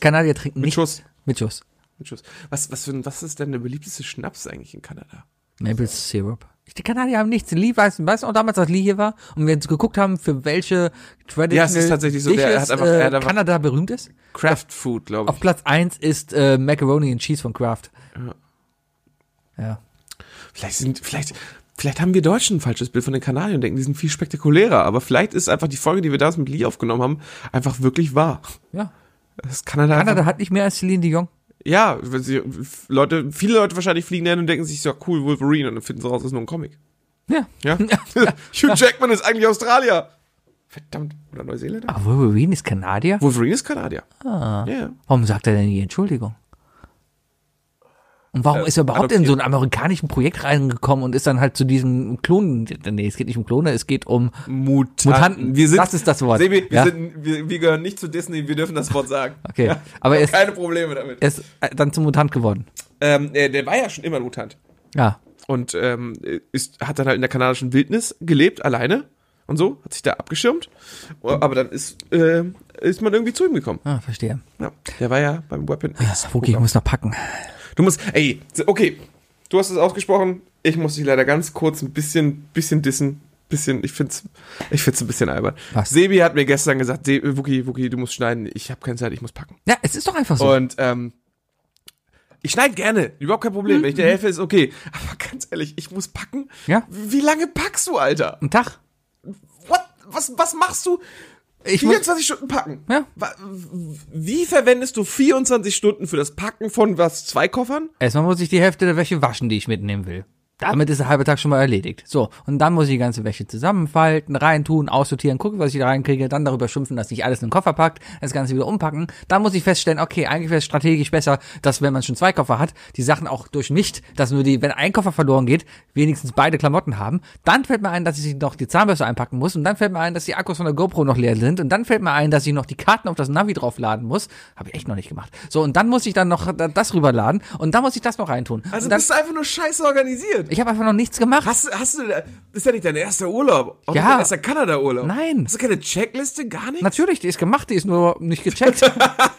S2: Kanadier trinken nicht
S1: Schuss.
S2: mit Schuss.
S1: Tschüss. Was, was, für, ein- was ist denn der beliebteste Schnaps eigentlich in Kanada?
S2: Maple Syrup. Die Kanadier haben nichts. Lee weiß, weiß auch damals, als Lee hier war und wir jetzt geguckt haben, für welche Traditional
S1: Ja, es ist tatsächlich so, der
S2: Dishes,
S1: hat einfach-
S2: äh,
S1: er hat einfach-
S2: Kanada berühmt ist.
S1: Craft Food, glaube
S2: Auf Platz eins ist äh, Macaroni and Cheese von Kraft. Ja.
S1: ich. Vielleicht sind, vielleicht, Vielleicht haben wir Deutschen ein falsches Bild von den Kanadiern und denken, die sind viel spektakulärer. Aber vielleicht ist einfach die Folge, die wir damals mit Lee aufgenommen haben, einfach wirklich wahr.
S2: Ja.
S1: Das Kanada,
S2: Kanada hat nicht mehr als Celine Dion.
S1: ja, wenn sie, Leute, viele Leute wahrscheinlich fliegen dahin und denken sich, ja cool, Wolverine, und dann finden sie raus, das ist nur ein Comic.
S2: Ja.
S1: Ja? Hugh Jackman ist eigentlich Australier. Verdammt, oder Neuseeländer?
S2: Aber Wolverine ist Kanadier?
S1: Wolverine ist Kanadier. Ah. Ja.
S2: Warum sagt er denn nie Entschuldigung? Und warum ist er überhaupt in so ein amerikanischen Projekt reingekommen und ist dann halt zu diesem Klonen? Nee, es geht nicht um Klone, es geht um
S1: Mutanten.
S2: Mutanten,
S1: Wir sind,
S2: das ist das Wort.
S1: Sebi, wir,
S2: Ja.
S1: sind, wir, wir gehören nicht zu Disney, wir dürfen das Wort sagen.
S2: Okay,
S1: Ja,
S2: aber
S1: ich
S2: es-
S1: hab keine Probleme damit.
S2: er ist äh, dann zum Mutant geworden.
S1: Ähm, äh, der war ja schon immer ein Mutant.
S2: Ja.
S1: Und ähm, ist, hat dann halt in der kanadischen Wildnis gelebt, alleine und so, hat sich da abgeschirmt. Aber dann ist, äh, ist man irgendwie zu ihm gekommen.
S2: Ah, verstehe.
S1: Ja, der war ja beim Weapon X.
S2: Okay, ich muss noch packen.
S1: Du musst, ey, okay, du hast es ausgesprochen. Ich muss dich leider ganz kurz ein bisschen, bisschen dissen. Bisschen, ich find's, ich find's ein bisschen albern.
S2: Was?
S1: Sebi hat mir gestern gesagt, Se- äh, Wookie, Wookie, du musst schneiden. Ich habe keine Zeit, ich muss packen.
S2: Ja, es ist doch einfach so.
S1: Und ähm, ich schneide gerne, überhaupt kein
S2: Mhm.
S1: Problem. Wenn ich dir helfe, ist okay. Aber ganz ehrlich, ich muss packen.
S2: Ja.
S1: Wie lange packst du, Alter?
S2: Ein Tag.
S1: What? Was, was machst du?
S2: Ich muss,
S1: 24 Stunden packen.
S2: Ja.
S1: Wa- Wie verwendest du 24 Stunden für das Packen von was? Zwei Koffern?
S2: erstmal muss ich die Hälfte der Wäsche waschen, die ich mitnehmen will. Damit ist der halbe Tag schon mal erledigt. So, und dann muss ich die ganze Wäsche zusammenfalten, reintun, aussortieren, gucken, was ich da reinkriege, dann darüber schimpfen, dass nicht alles in den Koffer packt, das Ganze wieder umpacken. Dann muss ich feststellen, okay, eigentlich wäre es strategisch besser, dass wenn man schon zwei Koffer hat, die Sachen auch durchmischt, dass nur die, wenn ein Koffer verloren geht, wenigstens beide Klamotten haben. Dann fällt mir ein, dass ich noch die Zahnbürste einpacken muss und dann fällt mir ein, dass die Akkus von der GoPro noch leer sind und dann fällt mir ein, dass ich noch die Karten auf das Navi draufladen muss. Habe ich echt noch nicht gemacht. So, und dann muss ich dann noch da- das rüberladen und dann muss ich das noch reintun.
S1: Also
S2: und dann,
S1: bist du einfach nur scheiße organisiert.
S2: ich habe einfach noch nichts gemacht.
S1: Hast, du- hast du, das ist ja nicht dein erster Urlaub. Auch
S2: Ja.
S1: nicht dein erster Kanada-Urlaub.
S2: Nein.
S1: Hast du keine Checkliste? Gar nichts?
S2: Natürlich, die ist gemacht, die ist nur nicht gecheckt.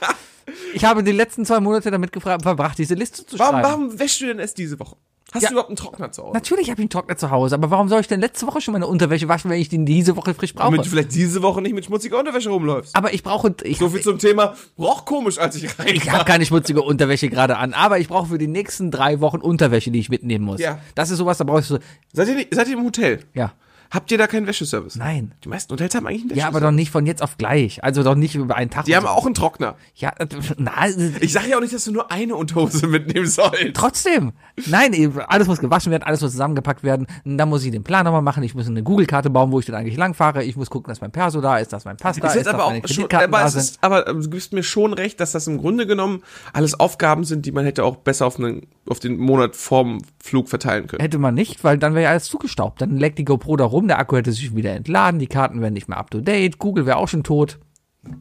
S2: ich habe die letzten zwei Monate damit gefra- verbracht, diese Liste zu
S1: Warum,
S2: schreiben.
S1: warum wäschst du denn erst diese Woche? Hast
S2: Ja.
S1: du überhaupt einen Trockner zu Hause?
S2: Natürlich habe ich einen Trockner zu Hause, aber warum soll ich denn letzte Woche schon meine Unterwäsche waschen, wenn ich die diese Woche frisch brauche?
S1: Damit du vielleicht diese Woche nicht mit schmutziger Unterwäsche rumläufst.
S2: aber ich brauche ich,
S1: So viel zum Thema, roch komisch, als ich
S2: ich habe
S1: reinkam.
S2: keine schmutzige Unterwäsche gerade an, aber ich brauche für die nächsten drei Wochen Unterwäsche, die ich mitnehmen muss.
S1: Ja.
S2: Das ist sowas, da brauchst du
S1: Seid ihr, nicht- seid ihr im Hotel?
S2: ja,
S1: Habt ihr da keinen Wäscheservice?
S2: nein.
S1: Die meisten Hotels haben eigentlich einen
S2: Ja,
S1: Wäscheservice.
S2: aber doch nicht von jetzt auf gleich. Also doch nicht über einen Tag.
S1: Die
S2: und
S1: haben
S2: so.
S1: auch einen Trockner.
S2: Ja, äh, na, äh,
S1: Ich sage ja auch nicht, dass du nur eine Unterhose mitnehmen sollst.
S2: Trotzdem. Nein, eben, alles muss gewaschen werden, alles muss zusammengepackt werden. Und Dann muss ich den Plan nochmal machen. Ich muss eine Google-Karte bauen, wo ich denn eigentlich langfahre. Ich muss gucken, dass mein Perso da ist, dass mein Pass da
S1: Ist
S2: ist,
S1: jetzt
S2: dass
S1: aber
S2: meine
S1: auch schon,
S2: Kreditkarten
S1: aber,
S2: da
S1: es
S2: sind.
S1: ist, aber also, du gibst mir schon recht, dass das im Grunde genommen alles Aufgaben sind, die man hätte auch besser auf, einen, auf den Monat vorm Flug verteilen können.
S2: Hätte man nicht, weil dann wäre ja alles zugestaubt. Dann leckt die GoPro da rum, der Akku hätte sich wieder entladen, die Karten wären nicht mehr up to date, Google wäre auch schon tot.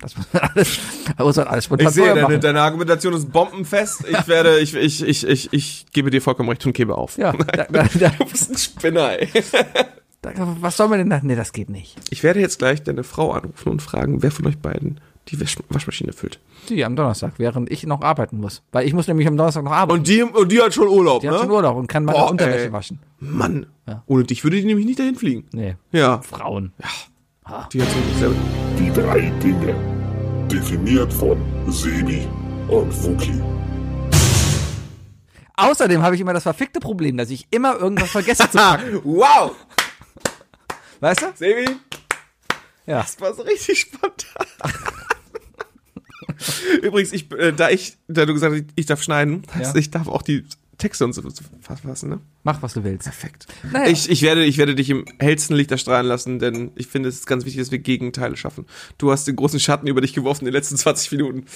S2: Das muss man alles, das muss man alles spontan
S1: Ich sehe,
S2: vorher
S1: deine,
S2: machen.
S1: deine Argumentation ist bombenfest. Ich werde, ich, ich, ich, ich, ich gebe dir vollkommen recht und gebe auf.
S2: Ja, da, da, da,
S1: Du bist ein Spinner, ey.
S2: da, was soll man denn da? Nee, das geht nicht.
S1: Ich werde jetzt gleich deine Frau anrufen und fragen, wer von euch beiden die Wasch Waschmaschine füllt.
S2: Die am Donnerstag, während ich noch arbeiten muss. Weil ich muss nämlich am Donnerstag noch arbeiten.
S1: Und die, und die hat schon Urlaub,
S2: Die
S1: ne?
S2: hat schon Urlaub und kann meine
S1: Boah,
S2: Unterwäsche
S1: ey.
S2: waschen.
S1: Mann, ohne dich würde die nämlich nicht dahin fliegen.
S2: Nee,
S1: Ja,
S2: Frauen.
S1: die hat schon selber.
S4: Die drei Dinge. Definiert von Sebi und Fuki.
S2: Außerdem habe ich immer das verfickte Problem, dass ich immer irgendwas vergesse zu packen.
S1: Ah, Wow,
S2: Weißt du?
S1: Sebi,
S2: Ja.
S1: das war so richtig spontan. Übrigens, ich, äh, da ich, da du gesagt hast, ich darf schneiden, heißt,
S2: Ja.
S1: ich darf auch die Texte und so so verfassen, ne?
S2: Mach, was du willst.
S1: Perfekt.
S2: Naja.
S1: Ich, ich, werde, ich werde dich im hellsten Licht erstrahlen lassen, denn ich finde, es ist ganz wichtig, dass wir Gegenteile schaffen. Du hast den großen Schatten über dich geworfen in den letzten 20 Minuten.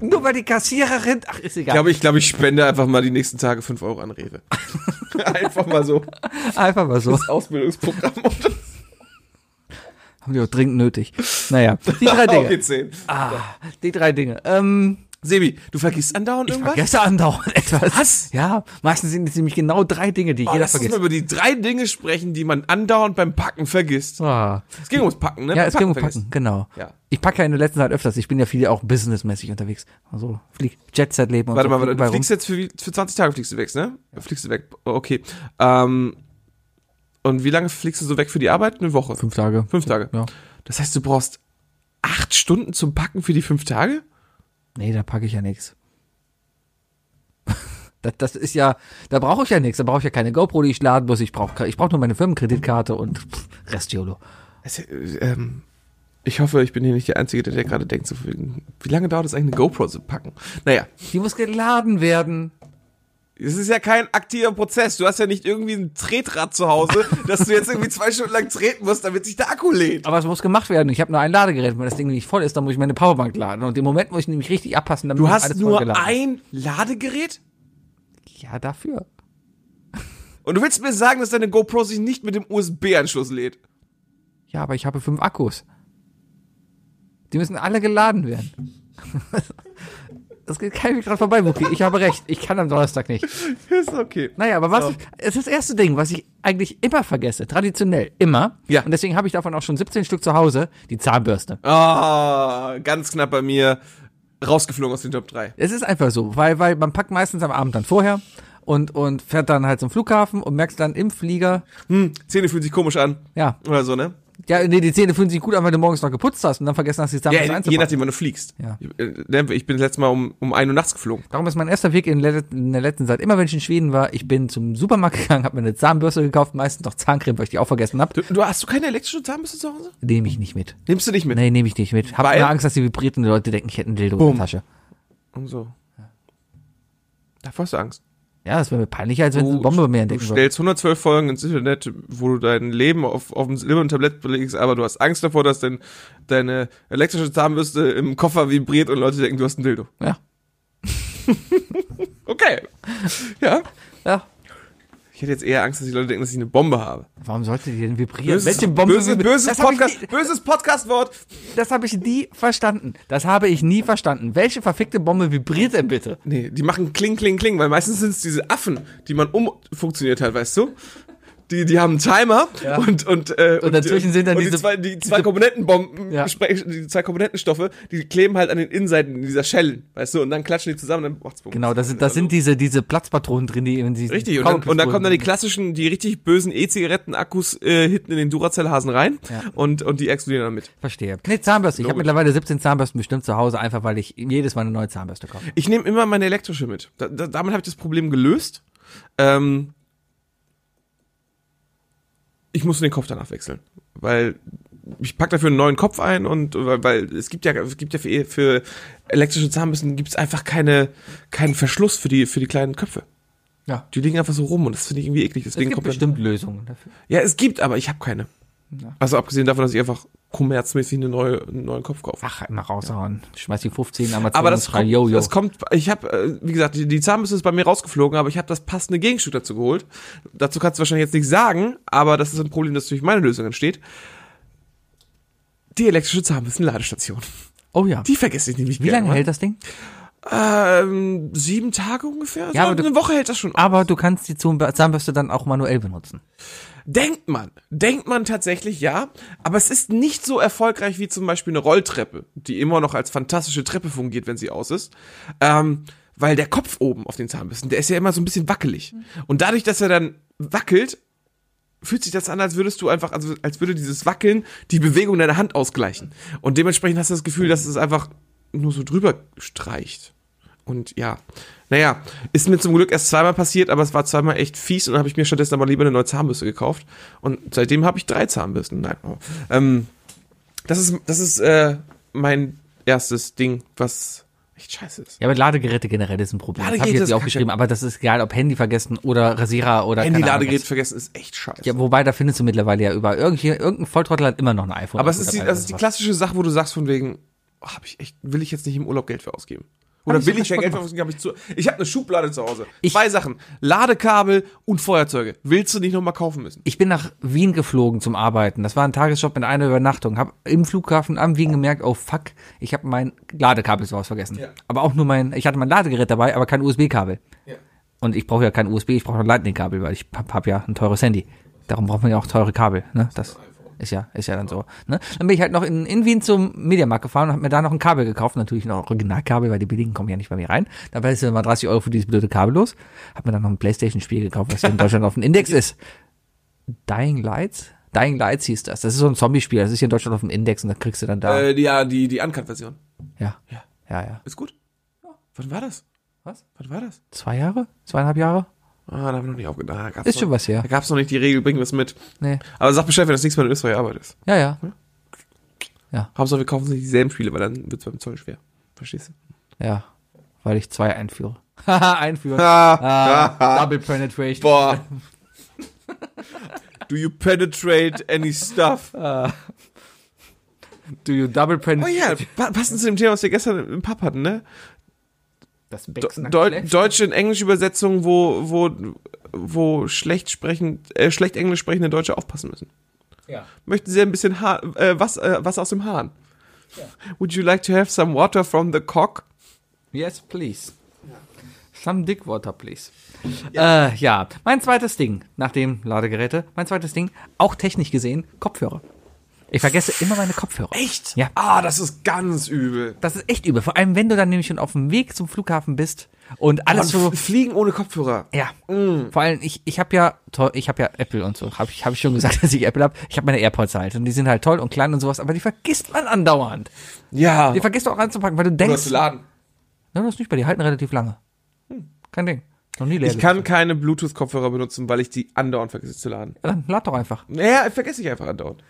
S2: Nur weil die Kassiererin. Ach, ist
S1: Ich
S2: egal.
S1: glaube, ich, glaube, ich spende einfach mal die nächsten Tage 5 Euro an Rewe. einfach mal so.
S2: Einfach mal so.
S1: Ausbildungsprogramm. Und
S2: Haben die auch dringend nötig. Naja. Die drei
S1: Okay,
S2: Dinge.
S1: 10.
S2: Ah, die drei Dinge. Ähm,
S1: Sebi, du vergisst andauernd
S2: ich
S1: irgendwas?
S2: vergesse andauernd etwas.
S1: Was?
S2: Ja, meistens sind es nämlich genau drei Dinge, die
S1: Oh,
S2: jeder
S1: lass uns mal
S2: vergisst.
S1: über die drei Dinge sprechen, die man andauernd beim Packen vergisst.
S2: Ah.
S1: Es ging ums Packen, ne?
S2: Ja, es ging um
S1: vergessen.
S2: Packen, genau.
S1: Ja.
S2: Ich packe ja in der letzten Zeit öfters. Ich bin ja viel auch businessmäßig unterwegs. Also, flieg Jet-Set-Leben und
S1: Warte
S2: so.
S1: mal, warte,
S2: überall
S1: du
S2: rum.
S1: fliegst jetzt für, wie- für 20 Tage fliegst du weg, ne? Fliegst du weg, okay. Ähm, und wie lange fliegst du so weg für die Arbeit? Eine Woche?
S2: Fünf Tage.
S1: Fünf Tage.
S2: Ja.
S1: Das heißt, du brauchst acht Stunden zum Packen für die fünf Tage?
S2: Nee, da packe ich ja nichts. Das, das ist ja, da brauche ich ja nichts. Da brauche ich ja keine GoPro, die ich laden muss. Ich brauche ich brauch nur meine Firmenkreditkarte und pff, Rest YOLO.
S1: Es, äh, ähm, ich hoffe, ich bin hier nicht der Einzige, der, der gerade denkt, so viel, wie lange dauert es eigentlich, eine GoPro zu packen? Naja,
S2: Die muss geladen werden.
S1: es ist ja kein aktiver Prozess. Du hast ja nicht irgendwie ein Tretrad zu Hause, dass du jetzt irgendwie zwei Stunden lang treten musst, damit sich der Akku lädt.
S2: Aber es muss gemacht werden. Ich habe nur ein Ladegerät. Wenn das Ding nicht voll ist, dann muss ich meine Powerbank laden. Und im Moment muss ich nämlich richtig abpassen, damit
S1: Du
S2: das
S1: hast
S2: alles
S1: nur
S2: vollgeladen ist.
S1: ein Ladegerät?
S2: Ja, dafür.
S1: Und du willst mir sagen, dass deine GoPro sich nicht mit dem USB-Anschluss lädt?
S2: Ja, aber ich habe fünf Akkus. Die müssen alle geladen werden. Das geht kein Weg dran vorbei, Mucki. Ich habe recht. Ich kann am Donnerstag nicht.
S1: Ist okay.
S2: Naja, aber was, es ist das erste Ding, was ich eigentlich immer vergesse. Traditionell. Immer.
S1: Ja.
S2: Und deswegen habe ich davon auch schon 17 Stück zu Hause. Die Zahnbürste.
S1: Ah, ganz knapp bei mir. Rausgeflogen aus den Top 3.
S2: Es ist einfach so, weil, weil man packt meistens am Abend dann vorher und, und fährt dann halt zum Flughafen und merkt dann im Flieger,
S1: Hm, Zähne fühlen sich komisch an.
S2: ja,
S1: Oder so, ne?
S2: ja, nee, die Zähne fühlen sich gut an, weil du morgens noch geputzt hast und dann vergessen hast, die Zahnbürste
S1: Ja, Also je
S2: einzupacken.
S1: nachdem, wann du fliegst.
S2: Ja.
S1: Ich, äh, ich bin letztes Mal um, um 1 Uhr nachts geflogen.
S2: Darum ist mein erster Weg in, let- in der letzten Zeit, immer wenn ich in Schweden war, ich bin zum Supermarkt gegangen, habe mir eine Zahnbürste gekauft, meistens noch Zahncreme, weil ich die auch vergessen hab.
S1: Du, du hast du keine elektrische Zahnbürste zu Hause?
S2: Nehme ich nicht mit.
S1: Nimmst du nicht mit?
S2: Nee, nehme ich nicht mit. Hab
S1: Weil-
S2: immer Angst, dass die vibriert und die Leute denken, ich hätte einen Dildo in
S1: Bumm.
S2: der Tasche.
S1: Und so. Davor hast du Angst.
S2: Ja, das wäre mir peinlicher, als wenn
S1: Oh,
S2: sie eine Bombe bei mir
S1: du
S2: entdecken würde.
S1: stellst 112 Folgen ins Internet, wo du dein Leben auf, auf dem Silbertablett belegst, aber du hast Angst davor, dass dein, deine elektrische Zahnbürste im Koffer vibriert und Leute denken, du hast ein Dildo.
S2: Ja,
S1: Okay. Ja.
S2: ja.
S1: Ich hätte jetzt eher Angst, dass die Leute denken, dass ich eine Bombe habe.
S2: Warum sollte die denn vibrieren?
S1: Böses- böse,
S2: vibri-
S1: böses,
S2: das hab ich
S1: Podcast, böses Podcast-Wort.
S2: Das habe ich nie verstanden. Das habe ich nie verstanden. Welche verfickte Bombe vibriert denn bitte?
S1: Nee, die machen Kling, Kling, Kling, weil meistens sind es diese Affen, die man umfunktioniert hat, weißt du? Die, die haben einen Timer und, und, äh, und,
S2: dazwischen sind dann
S1: und
S2: diese-
S1: die zwei, die zwei Komponentenbomben,
S2: Ja.
S1: Spre- die zwei Komponentenstoffe, die kleben halt an den Innenseiten dieser Schellen, weißt du, und dann klatschen die zusammen, dann macht's Bumm.
S2: Genau, das sind, das sind diese, diese Platzpatronen drin, die eben diese
S1: Also Richtig, und dann, und dann kommen dann die klassischen, die richtig bösen E-Zigaretten-Akkus äh, hinten in den Duracell-Hasen rein und, und die explodieren dann mit.
S2: Verstehe. Nee, Zahnbürste. Ich habe
S1: Logisch.
S2: mittlerweile 17 Zahnbürsten bestimmt zu Hause, einfach weil ich jedes Mal eine neue Zahnbürste kaufe.
S1: Ich nehme immer meine elektrische mit. Da, da, damit habe ich das Problem gelöst. Ähm, ich muss den Kopf danach wechseln, weil ich pack dafür einen neuen Kopf ein und weil, weil es gibt ja es gibt ja für, für elektrische Zahnbürsten gibt's einfach keine keinen Verschluss für die für die kleinen Köpfe.
S2: Ja.
S1: Die liegen einfach so rum und das finde ich irgendwie eklig.
S2: Es
S1: Deswegen
S2: gibt
S1: kommt dann,
S2: bestimmt Lösungen dafür.
S1: ja, es gibt, aber ich habe keine. Also abgesehen davon, dass ich einfach kommerzmäßig eine neue, einen neuen Kopf kaufe.
S2: Ach, immer raushauen. Schmeiß die 15 Amazon
S1: Aber das
S2: und schrei,
S1: kommt,
S2: yo, yo.
S1: das kommt, ich habe, äh, wie gesagt, die, die Zahnbürste ist bei mir rausgeflogen, aber ich habe das passende Gegenstück dazu geholt. Dazu kannst du wahrscheinlich jetzt nichts sagen, aber das ist ein Problem, das durch meine Lösung entsteht. Die elektrische Zahnbürsten-Ladestation.
S2: oh ja.
S1: Die vergesse ich nämlich
S2: Wie
S1: gerne
S2: lange
S1: mal.
S2: hält das Ding?
S1: Ähm, sieben Tage ungefähr?
S2: Ja,
S1: so,
S2: aber du-
S1: eine Woche hält das schon.
S2: Aber du kannst die Zahnb- Zahnbürste dann auch manuell benutzen.
S1: Denkt man, denkt man tatsächlich ja, aber es ist nicht so erfolgreich wie zum Beispiel eine Rolltreppe, die immer noch als fantastische Treppe fungiert, wenn sie aus ist, ähm, weil der Kopf oben auf den Zahnbissen, der ist ja immer so ein bisschen wackelig und dadurch, dass er dann wackelt, fühlt sich das an, als würdest du einfach, also als würde dieses Wackeln die Bewegung deiner Hand ausgleichen und dementsprechend hast du das Gefühl, dass es einfach nur so drüber streicht. Und ja, naja, ist mir zum Glück erst zweimal passiert, aber es war zweimal echt fies und dann habe ich mir stattdessen aber lieber eine neue Zahnbürste gekauft. Und seitdem habe ich drei Zahnbürsten. Nein, oh. ähm, das ist, das ist äh, mein erstes Ding, was echt scheiße ist.
S2: Ja, aber Ladegeräte generell ist ein Problem. Das habe ich
S1: Ladegeräte
S2: jetzt
S1: ist
S2: hier aufgeschrieben, aber das ist egal, ob Handy vergessen oder Rasierer oder keine Ahnung was.
S1: Handy-Ladegerät vergessen ist echt scheiße.
S2: Ja, wobei, da findest du mittlerweile ja über. Irgendwie, irgendein Volltrottel hat immer noch ein iPhone.
S1: aber es ist die,
S2: Mittlerweile
S1: das ist die
S2: was.
S1: klassische Sache, wo du sagst von wegen, oh, hab ich echt, will ich jetzt nicht im Urlaub Geld für ausgeben. Oder
S2: ich
S1: will ich
S2: sogar
S1: ja
S2: Sport
S1: Geld für
S2: gemacht.
S1: ausgeben? Hab ich zu, ich habe eine Schublade zu Hause.
S2: Ich-
S1: Zwei Sachen. Ladekabel und Feuerzeuge. Willst du nicht nochmal kaufen müssen?
S2: Ich bin nach Wien geflogen zum Arbeiten. Das war ein Tagesjob mit einer Übernachtung. Hab im Flughafen am Wien gemerkt, oh fuck, ich habe mein Ladekabel zu Hause vergessen. Aber auch nur mein, ich hatte mein Ladegerät dabei, aber kein USB-Kabel. Und ich brauche ja kein USB, ich brauche ein Lightning-Kabel, weil ich hab, hab ja ein teures Handy. Darum braucht man ja auch teure Kabel. Ne? Das ist ja, ist ja dann so. Ne? Dann bin ich halt noch in, in Wien zum Mediamarkt gefahren und habe mir da noch ein Kabel gekauft. Natürlich noch Originalkabel, weil die billigen kommen ja nicht bei mir rein. Da war es ja mal 30 Euro für dieses blöde Kabel los. Habe mir dann noch ein Playstation-Spiel gekauft, was hier in Deutschland auf dem Index ist. Dying Lights? Dying Lights hieß das. Das ist so ein Zombie-Spiel. Das ist hier in Deutschland auf dem Index und da kriegst du dann da.
S1: Äh, die, ja, die, die Uncut-Version.
S2: ja. ja. Ja,
S1: Ist gut. Wann war das?
S2: Was?
S1: Was war das?
S2: Zwei Jahre? Zweieinhalb Jahre?
S1: Ah, da haben wir noch nicht aufgedacht. Da gab's
S2: Ist
S1: noch,
S2: schon was her.
S1: Da gab es noch nicht die Regel, bringen wir es mit.
S2: Nee.
S1: Aber sag Bescheid, wenn das nächste Mal in Österreich arbeitest.
S2: Ja, ja.
S1: Hauptsache, wir kaufen nicht dieselben Spiele, weil dann wird es beim Zoll schwer. Verstehst du?
S2: Ja. Weil ich zwei einführe. Haha, einführen. Ah, Double Penetration.
S1: Boah. Do you penetrate any stuff?
S2: Ah. Do you double
S1: Oh
S2: penetration?
S1: ja, pa passend zu dem Thema, was wir gestern im Pub hatten, ne?
S2: Das
S1: Deu Deutsche und Englisch Übersetzung, wo, wo, wo schlecht, sprechend, äh, schlecht Englisch sprechende Deutsche aufpassen müssen.
S2: Ja.
S1: Möchten Sie ein bisschen ha äh, was, äh, was aus dem Hahn? Would you like to have some water from the cock?
S2: Yes, please. Some dick water, please. Ja. Äh, ja, mein zweites Ding, nachdem Ladegeräte, mein zweites Ding, auch technisch gesehen, Kopfhörer. Ich vergesse immer meine Kopfhörer.
S1: Echt?
S2: Ja.
S1: Ah, das ist ganz übel.
S2: Das ist echt übel. Vor allem, wenn du dann nämlich schon auf dem Weg zum Flughafen bist und alles so.
S1: Und Fliegen ohne Kopfhörer.
S2: Ja.
S1: Mm.
S2: Vor allem, ich, ich habe ja toll, ich habe ja Apple und so. Habe ich, hab ich schon gesagt, dass ich Apple habe. Ich habe meine AirPods halt und die sind halt toll und klein und sowas, aber die vergisst man andauernd.
S1: Ja.
S2: Die vergisst du auch anzupacken, weil du
S1: Oder
S2: denkst.
S1: zu laden. Hm.
S2: Nein, das nicht bei, die halten relativ lange. Kein Ding. Noch nie leer.
S1: Ich kann keine Bluetooth-Kopfhörer benutzen, weil ich die andauernd vergesse zu laden.
S2: Ja, dann lad doch einfach.
S1: Naja, vergesse ich einfach andauernd.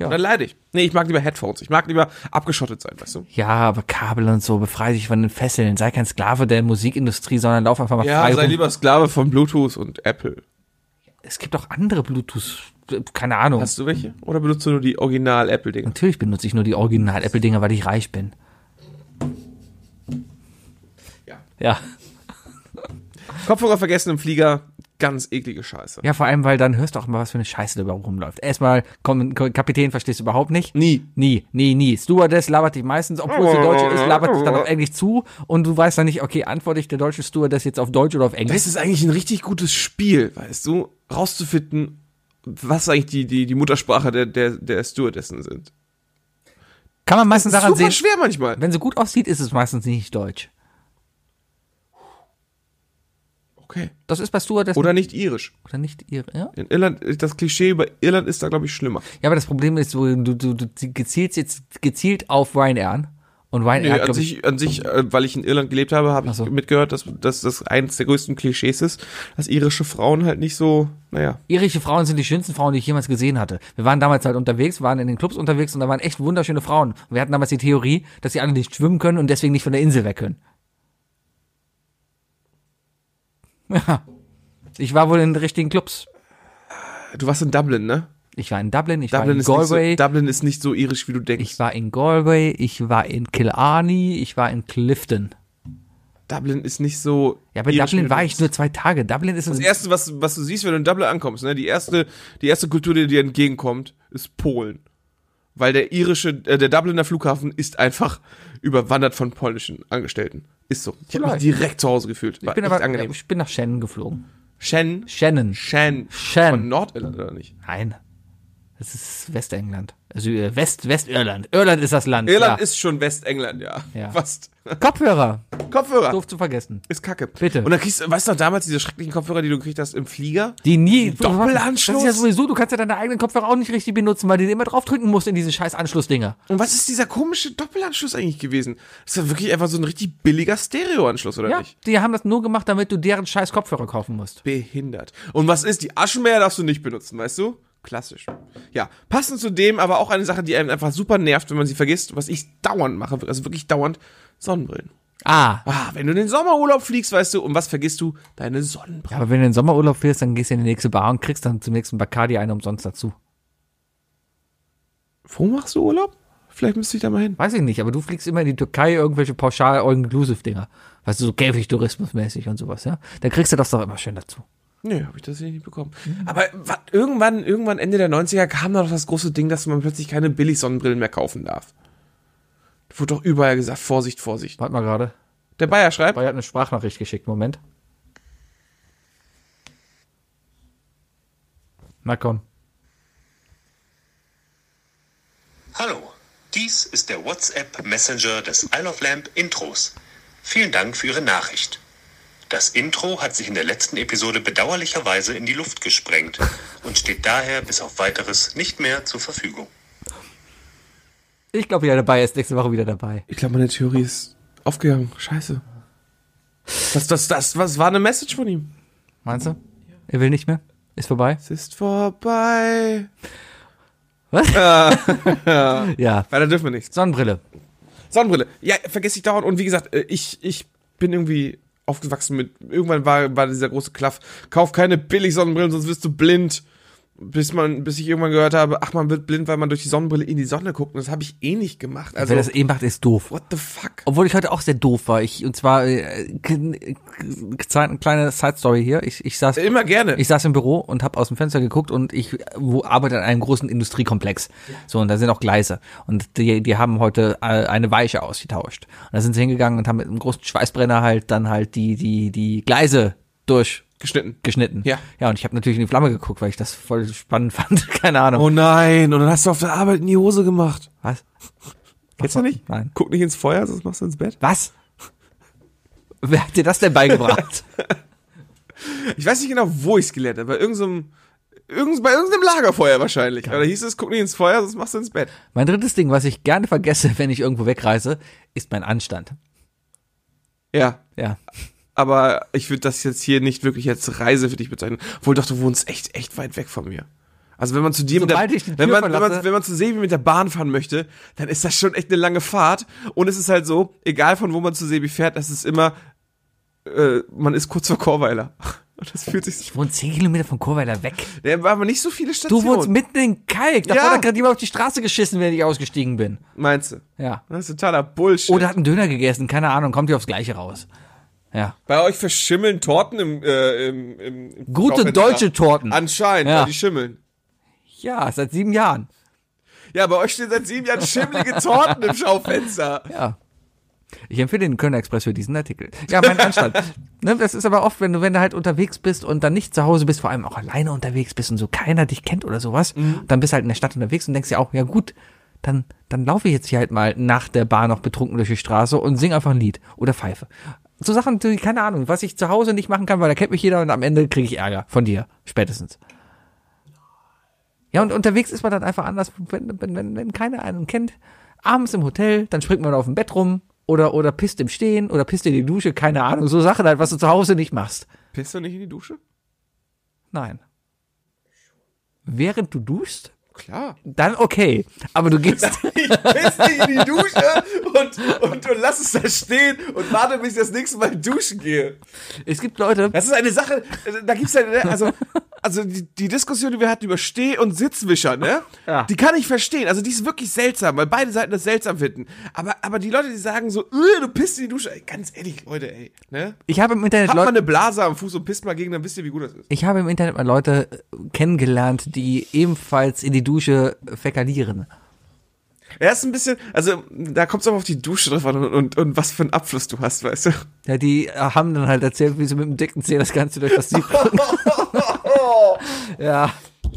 S2: Ja.
S1: Dann leide ich. Nee, ich mag lieber Headphones. Ich mag lieber abgeschottet sein, weißt du?
S2: Ja, aber Kabel und so, befreie dich von den Fesseln. Sei kein Sklave der Musikindustrie, sondern lauf einfach mal frei
S1: Ja, sei
S2: rum.
S1: lieber Sklave von Bluetooth und Apple.
S2: Es gibt auch andere Bluetooth, keine Ahnung.
S1: Hast du welche? Oder benutzt du nur die Original-Apple-Dinger?
S2: Natürlich benutze ich nur die Original-Apple-Dinger, weil ich reich bin.
S1: Ja.
S2: Ja.
S1: Kopfhörer vergessen im Flieger, ganz eklige Scheiße.
S2: Ja, vor allem, weil dann hörst du auch mal, was für eine Scheiße da überhaupt rumläuft. Erstmal, komm, Kapitän verstehst du überhaupt nicht.
S1: Nie.
S2: Nie, nie, nie. Stewardess labert dich meistens, obwohl sie Deutsche ist, labert dich dann auf Englisch zu und du weißt dann nicht, okay, antworte ich der deutsche Stewardess jetzt auf Deutsch oder auf Englisch?
S1: Das ist eigentlich ein richtig gutes Spiel, weißt du, rauszufinden, was eigentlich die, die, die Muttersprache der, der, der Stewardessen sind.
S2: Kann man meistens daran
S1: Super
S2: sehen,
S1: schwer manchmal.
S2: wenn sie gut aussieht, ist es meistens nicht deutsch.
S1: Okay.
S2: Das ist bei Stewardess
S1: Oder nicht irisch.
S2: oder nicht ihre, ja?
S1: In Irland, das Klischee über Irland ist da, glaube ich, schlimmer.
S2: Ja, aber das Problem ist, du, du, du, du gezielt jetzt gezielt auf Ryanair an. Und
S1: Nö,
S2: Ryanair,
S1: an
S2: glaub also ich,
S1: sich, an sich, äh, weil ich in Irland gelebt habe, habe
S2: Ach so.
S1: ich mitgehört, dass, dass das eines der größten Klischees ist, dass irische Frauen halt nicht so, naja.
S2: irische Frauen sind die schönsten Frauen, die ich jemals gesehen hatte. Wir waren damals halt unterwegs, waren in den Clubs unterwegs und da waren echt wunderschöne Frauen. Und wir hatten damals die Theorie, dass sie alle nicht schwimmen können und deswegen nicht von der Insel weg können. Ja. Ich war wohl in den richtigen Clubs.
S1: Du warst in Dublin, ne?
S2: Ich war in Dublin, ich
S1: Dublin, ist
S2: war in
S1: nicht, so,
S2: Galway,
S1: Dublin ist nicht so irisch, wie du denkst.
S2: ich war in Galway, ich war in Killarney, ich war in Clifton.
S1: Dublin ist nicht so.
S2: Ja, bei
S1: irisch, wie
S2: Dublin
S1: du
S2: war
S1: denkst.
S2: ich nur zwei Tage. Dublin ist
S1: Das
S2: ein
S1: erste, was, was du siehst, wenn du in Dublin ankommst, ne, die erste, die erste Kultur, die dir entgegenkommt, ist Polen. Weil der irische, äh, der Dubliner Flughafen ist einfach überwandert von polnischen Angestellten. Ist so. Ich habe mich
S2: Vielleicht.
S1: direkt zu Hause gefühlt. War
S2: Ich bin
S1: echt
S2: aber
S1: angenehm.
S2: ich bin nach Shannon geflogen.
S1: Shen,
S2: Shannon.
S1: Shen,
S2: Shen.
S1: Von Nordirland oder nicht?
S2: Nein. Das ist Westengland. Also äh, West Westirland. Irland ist das Land.
S1: Irland
S2: ja.
S1: ist schon Westengland, ja.
S2: Ja.
S1: Fast.
S2: Kopfhörer.
S1: Kopfhörer.
S2: Doof zu vergessen.
S1: Ist kacke.
S2: Bitte.
S1: Und dann kriegst du, weißt du noch damals diese schrecklichen Kopfhörer, die du gekriegt hast im Flieger?
S2: Die nie
S1: Doppelanschluss.
S2: Das ist ja sowieso, du kannst ja deine eigenen Kopfhörer auch nicht richtig benutzen, weil du die immer draufdrücken musst in diese scheiß Anschlussdinger.
S1: Und was ist dieser komische Doppelanschluss eigentlich gewesen? Ist ja wirklich einfach so ein richtig billiger Stereoanschluss, oder
S2: Ja,
S1: nicht?
S2: die haben das nur gemacht, damit du deren scheiß Kopfhörer kaufen musst.
S1: Behindert. Und was ist? Die Aschenmäher darfst du nicht benutzen, weißt du? Klassisch. Ja, passend zu dem, aber auch eine Sache, die einem einfach super nervt, wenn man sie vergisst, was ich dauernd mache, also wirklich dauernd, Sonnenbrillen.
S2: Ah.
S1: Ah, wenn du in den Sommerurlaub fliegst, weißt du, und was vergisst du? Deine Sonnenbrille.
S2: Ja, aber wenn du in den Sommerurlaub fährst, dann gehst du in die nächste Bar und kriegst dann zum nächsten Bacardi eine umsonst dazu.
S1: Wo machst du Urlaub? Vielleicht müsste ich da mal hin.
S2: Weiß ich nicht, aber du fliegst immer in die Türkei irgendwelche pauschal inclusive dinger Weißt du, so Käfig-Tourismus-mäßig und sowas, ja? Dann kriegst du das doch immer schön dazu.
S1: Nee, habe ich das hier nicht bekommen. Aber wa- irgendwann, irgendwann Ende der 90er kam doch das große Ding, dass man plötzlich keine Billig-Sonnenbrillen mehr kaufen darf. Wurde doch überall gesagt, Vorsicht, Vorsicht.
S2: Warte mal gerade.
S1: Der Bayer schreibt,
S2: Bayer hat eine Sprachnachricht geschickt. Moment. Na komm.
S5: Hallo, dies ist der WhatsApp Messenger des Isle of Lamp Intros. Vielen Dank für Ihre Nachricht. Das Intro hat sich in der letzten Episode bedauerlicherweise in die Luft gesprengt und steht daher bis auf weiteres nicht mehr zur Verfügung.
S2: Ich glaube, ja, der Bayer ist nächste Woche wieder dabei.
S1: ich glaube, meine Theorie ist aufgegangen. Scheiße. Das, das, das, was war eine Message von ihm?
S2: Meinst du? Er will nicht mehr? Ist vorbei?
S1: Es ist vorbei.
S2: Was? ja.
S1: Weiter dürfen wir nicht.
S2: Sonnenbrille.
S1: Sonnenbrille. Ja, vergesse ich dauernd. Und wie gesagt, äh, ich, ich bin irgendwie aufgewachsen mit, irgendwann war, war dieser große Klaff, kauf keine billig Sonnenbrillen, sonst wirst du blind. Bis man, bis ich irgendwann gehört habe, ach, man wird blind, weil man durch die Sonnenbrille in die Sonne guckt. Und das habe ich eh nicht gemacht. Also,
S2: Wer das eben macht, ist doof.
S1: what the fuck?
S2: Obwohl ich heute auch sehr doof war. Ich, und zwar, äh, k- k- eine kleine Side-Story hier. Ich, ich saß,
S1: Immer gerne.
S2: ich saß im Büro und habe aus dem Fenster geguckt und ich äh, wo, arbeite an einem großen Industriekomplex. So, und da sind auch Gleise. Und die, die haben heute äh, eine Weiche ausgetauscht. Und da sind sie hingegangen und haben mit einem großen Schweißbrenner halt dann halt die, die, die Gleise durch
S1: Geschnitten.
S2: geschnitten.
S1: Ja.
S2: Ja, und ich habe natürlich in die Flamme geguckt, weil ich das voll spannend fand. Keine Ahnung.
S1: Oh nein, und dann hast du auf der Arbeit in die Hose gemacht.
S2: Was?
S1: Kennst du nicht?
S2: Nein.
S1: Guck nicht ins Feuer, sonst machst du ins Bett.
S2: Was? Wer hat dir das denn beigebracht?
S1: Ich weiß nicht genau, wo ich es gelernt habe. Bei irgendeinem, irgend, bei irgendeinem Lagerfeuer wahrscheinlich. Aber da hieß es, guck nicht ins Feuer, sonst machst du ins Bett.
S2: mein drittes Ding, was ich gerne vergesse, wenn ich irgendwo wegreise, ist mein Anstand.
S1: Ja.
S2: Ja.
S1: Aber ich würde das jetzt hier nicht wirklich als Reise für dich bezeichnen. Obwohl doch, du wohnst echt, echt weit weg von mir. Also wenn man zu dir
S2: Sobald
S1: mit
S2: ich die
S1: der,
S2: Tür
S1: wenn man, wenn
S2: verlasse-
S1: man, wenn man zu Sebi mit der Bahn fahren möchte, dann ist das schon echt eine lange Fahrt. Und es ist halt so, egal von wo man zu Sebi fährt, das ist immer, äh, man ist kurz vor Chorweiler. Und das fühlt sich,
S2: Ich wohne zehn Kilometer von Chorweiler weg.
S1: da waren aber nicht so viele Stationen.
S2: Du wohnst mitten in Kalk. Da
S1: Ja.
S2: hat gerade jemand auf die Straße geschissen, wenn ich ausgestiegen bin.
S1: Meinst du?
S2: Ja.
S1: Das ist totaler Bullshit.
S2: Oder hat einen Döner gegessen, keine Ahnung, kommt hier aufs Gleiche raus. Ja.
S1: Bei euch verschimmeln Torten im, äh, im, im, im
S2: Gute
S1: Schaufenster.
S2: deutsche Torten.
S1: Anscheinend,
S2: Ja.
S1: weil die schimmeln.
S2: Ja, seit sieben Jahren.
S1: Ja, bei euch stehen seit sieben Jahren schimmelige Torten im Schaufenster.
S2: Ich empfehle den Kölner Express für diesen Artikel. Ja, mein Anstand. ne, das ist aber oft, wenn du, wenn du halt unterwegs bist und dann nicht zu Hause bist, vor allem auch alleine unterwegs bist und so keiner dich kennt oder sowas, dann bist du halt in der Stadt unterwegs und denkst dir auch, ja gut, dann, dann laufe ich jetzt hier halt mal nach der Bar noch betrunken durch die Straße und sing einfach ein Lied oder pfeife. So Sachen, die, keine Ahnung, was ich zu Hause nicht machen kann, weil da kennt mich jeder und am Ende kriege ich Ärger von dir, spätestens. Ja, und unterwegs ist man dann einfach anders, wenn, wenn, wenn, wenn keiner einen kennt. Abends im Hotel, dann springt man auf dem Bett rum oder, oder pisst im Stehen oder pisst in die Dusche, keine Ahnung. So Sachen halt, was du zu Hause nicht machst.
S1: Pissst du nicht in die Dusche?
S2: Nein. Während du duschst,
S1: Klar.
S2: dann okay. Aber du gehst.
S1: Ich piss nicht in die Dusche und, und, und lass es da stehen und warte, bis ich das nächste Mal duschen gehe.
S2: es gibt Leute.
S1: Das ist eine Sache, äh, da gibt's ja, ne, also, also die, die Diskussion, die wir hatten über Steh- und Sitzwischer, ne?
S2: Ja.
S1: Die kann ich verstehen. Also die ist wirklich seltsam, weil beide Seiten das seltsam finden. Aber, aber die Leute, die sagen so, "Äh, du pisst in die Dusche, ey, ganz ehrlich, Leute, ey, ne?
S2: Ich habe im Internet
S1: Habt
S2: Leute.
S1: mal eine Blase am Fuß und pisst mal gegen, dann wisst ihr, wie gut das ist.
S2: Ich habe im Internet mal Leute äh, kennengelernt, die ebenfalls in die Dusche äh, fäkalieren.
S1: Er ist ein bisschen, also da kommt's auch auf die Dusche drauf an und, und, und was für einen Abfluss du hast, weißt du?
S2: Ja, die äh, haben dann halt erzählt, wie sie mit dem dicken Zeh das Ganze durch das Sieb. ja.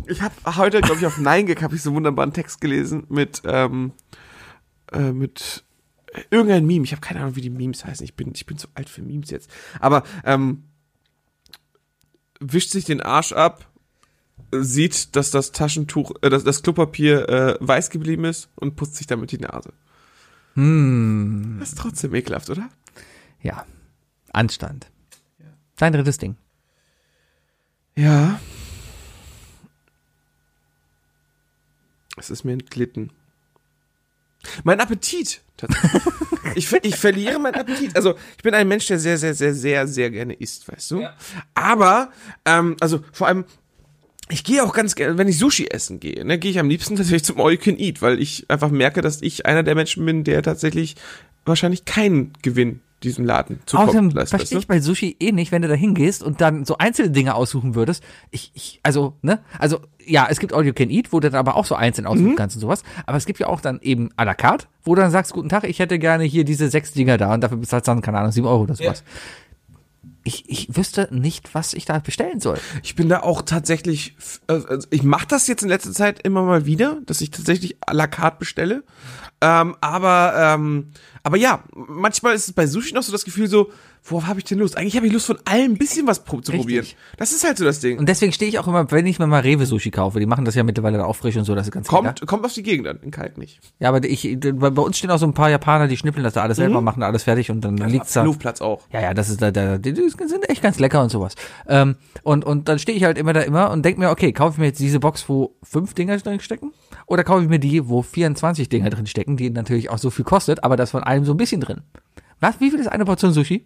S1: Ich habe heute, glaube ich, auf Nein gekappt, habe ich so einen wunderbaren Text gelesen mit, ähm, äh, mit äh, irgendein Meme. Ich habe keine Ahnung, wie die Memes heißen. Ich bin, ich bin zu alt für Memes jetzt. Aber ähm, wischt sich den Arsch ab, sieht, dass das Taschentuch, äh, dass das Klopapier äh, weiß geblieben ist und putzt sich damit die Nase. Hm. Das ist trotzdem ekelhaft, oder?
S2: Ja. Anstand. Dein drittes Ding.
S1: Ja. Es ist mir entglitten. Mein Appetit. tatsächlich. ich, ver- ich verliere meinen Appetit. Also ich bin ein Mensch, der sehr, sehr, sehr, sehr, sehr gerne isst, weißt du. Aber, ähm, also vor allem, ich gehe auch ganz gerne, wenn ich Sushi essen gehe, ne, gehe ich am liebsten tatsächlich zum All You Can Eat, weil ich einfach merke, dass ich einer der Menschen bin, der tatsächlich wahrscheinlich keinen Gewinn diesem Laden zukommen
S2: Außerdem
S1: lässt.
S2: verstehe
S1: weißt
S2: ich bei Sushi eh nicht, wenn du da hingehst und dann so einzelne Dinge aussuchen würdest. Ich, ich, also, ne? Also, ja, es gibt All You Can Eat, wo du dann aber auch so einzeln aussuchen kannst und sowas. Aber es gibt ja auch dann eben à la carte, wo du dann sagst, guten Tag, ich hätte gerne hier diese sechs Dinger da und dafür bezahlst du dann, keine Ahnung, sieben Euro oder sowas. Ich, ich wüsste nicht, was ich da bestellen soll.
S1: Ich bin da auch tatsächlich, f- äh, also ich mache das jetzt in letzter Zeit immer mal wieder, dass ich tatsächlich à la carte bestelle. Ähm, aber, ähm, aber ja, manchmal ist es bei Sushi noch so das Gefühl so, worauf habe ich denn Lust? Eigentlich habe ich Lust von allem ein bisschen was pro zu
S2: Richtig.
S1: probieren. Das ist halt so das Ding.
S2: Und deswegen stehe ich auch immer, wenn ich mir mal Rewe-Sushi kaufe, die machen das ja mittlerweile dann auch frisch und so, das ist ganz lecker.
S1: Kommt, kommt auf die Gegend an, in Kalk nicht.
S2: Ja, aber ich, bei bei uns stehen auch so ein paar Japaner, die schnippeln das da alles
S1: Mhm.
S2: selber, machen da alles fertig und dann liegt's da.
S1: Luftplatz auch.
S2: Ja, ja, das ist da, da, die die sind echt ganz lecker und sowas. Ähm, und, und dann stehe ich halt immer da immer und denke mir, okay, kaufe ich mir jetzt diese Box, wo fünf Dinger drin stecken? Oder kaufe ich mir die, wo 24 Dinger drin stecken, die natürlich auch so viel kostet, aber da ist von allem so ein bisschen drin. Was, wie viel ist eine Portion Sushi?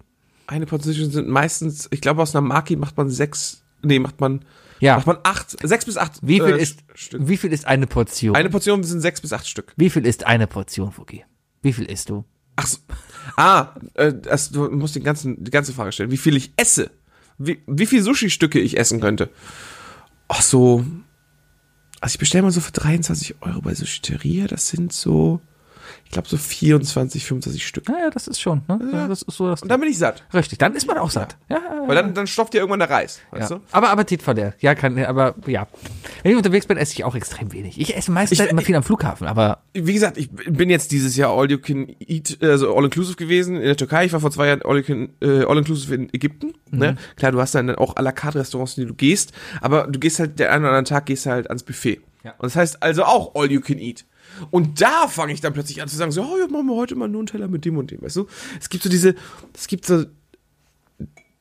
S1: Eine Portion sind meistens, ich glaube, aus einer Maki macht man sechs, nee, macht man,
S2: Ja.
S1: macht man acht, sechs bis acht.
S2: Wie viel
S1: äh,
S2: ist,
S1: Stück.
S2: wie viel ist eine Portion?
S1: Eine Portion sind sechs bis acht Stück.
S2: wie viel ist eine Portion, Fuki? Wie viel isst du?
S1: Ach so. Ah, äh, das, du musst den ganzen, die ganze Frage stellen. Wie viel ich esse? Wie, wie viel Sushi-Stücke ich essen könnte? Ach so. Also ich bestelle mal so für 23 Euro bei Sushiteria. Das sind so, ich glaube so 24, 25 Stück.
S2: Naja, das ist schon, ne? Das ist so das.
S1: Und dann bin ich satt.
S2: Richtig, dann ist man auch satt. Ja, ja, ja.
S1: Weil dann, dann stopft dir irgendwann der Reis. Weißt
S2: Ja.
S1: du?
S2: Aber Appetit von der. Ja, kann, aber ja. Wenn ich unterwegs bin, esse ich auch extrem wenig. Ich esse meistens
S1: Ich-
S2: halt immer viel am Flughafen, aber
S1: Wie gesagt, ich bin jetzt dieses Jahr All You Can Eat, also All Inclusive gewesen in der Türkei. Ich war vor zwei Jahren All, you can, äh, all Inclusive in Ägypten. Ne? Klar, du hast dann auch à la carte Restaurants, in die du gehst, aber du gehst halt, der einen oder anderen Tag gehst du halt ans Buffet.
S2: Ja.
S1: Und das heißt also auch All You Can Eat. Und da fange ich dann plötzlich an zu sagen, so, oh, ja, machen wir heute mal nur einen Teller mit dem und dem, weißt du? Es gibt so diese, es gibt so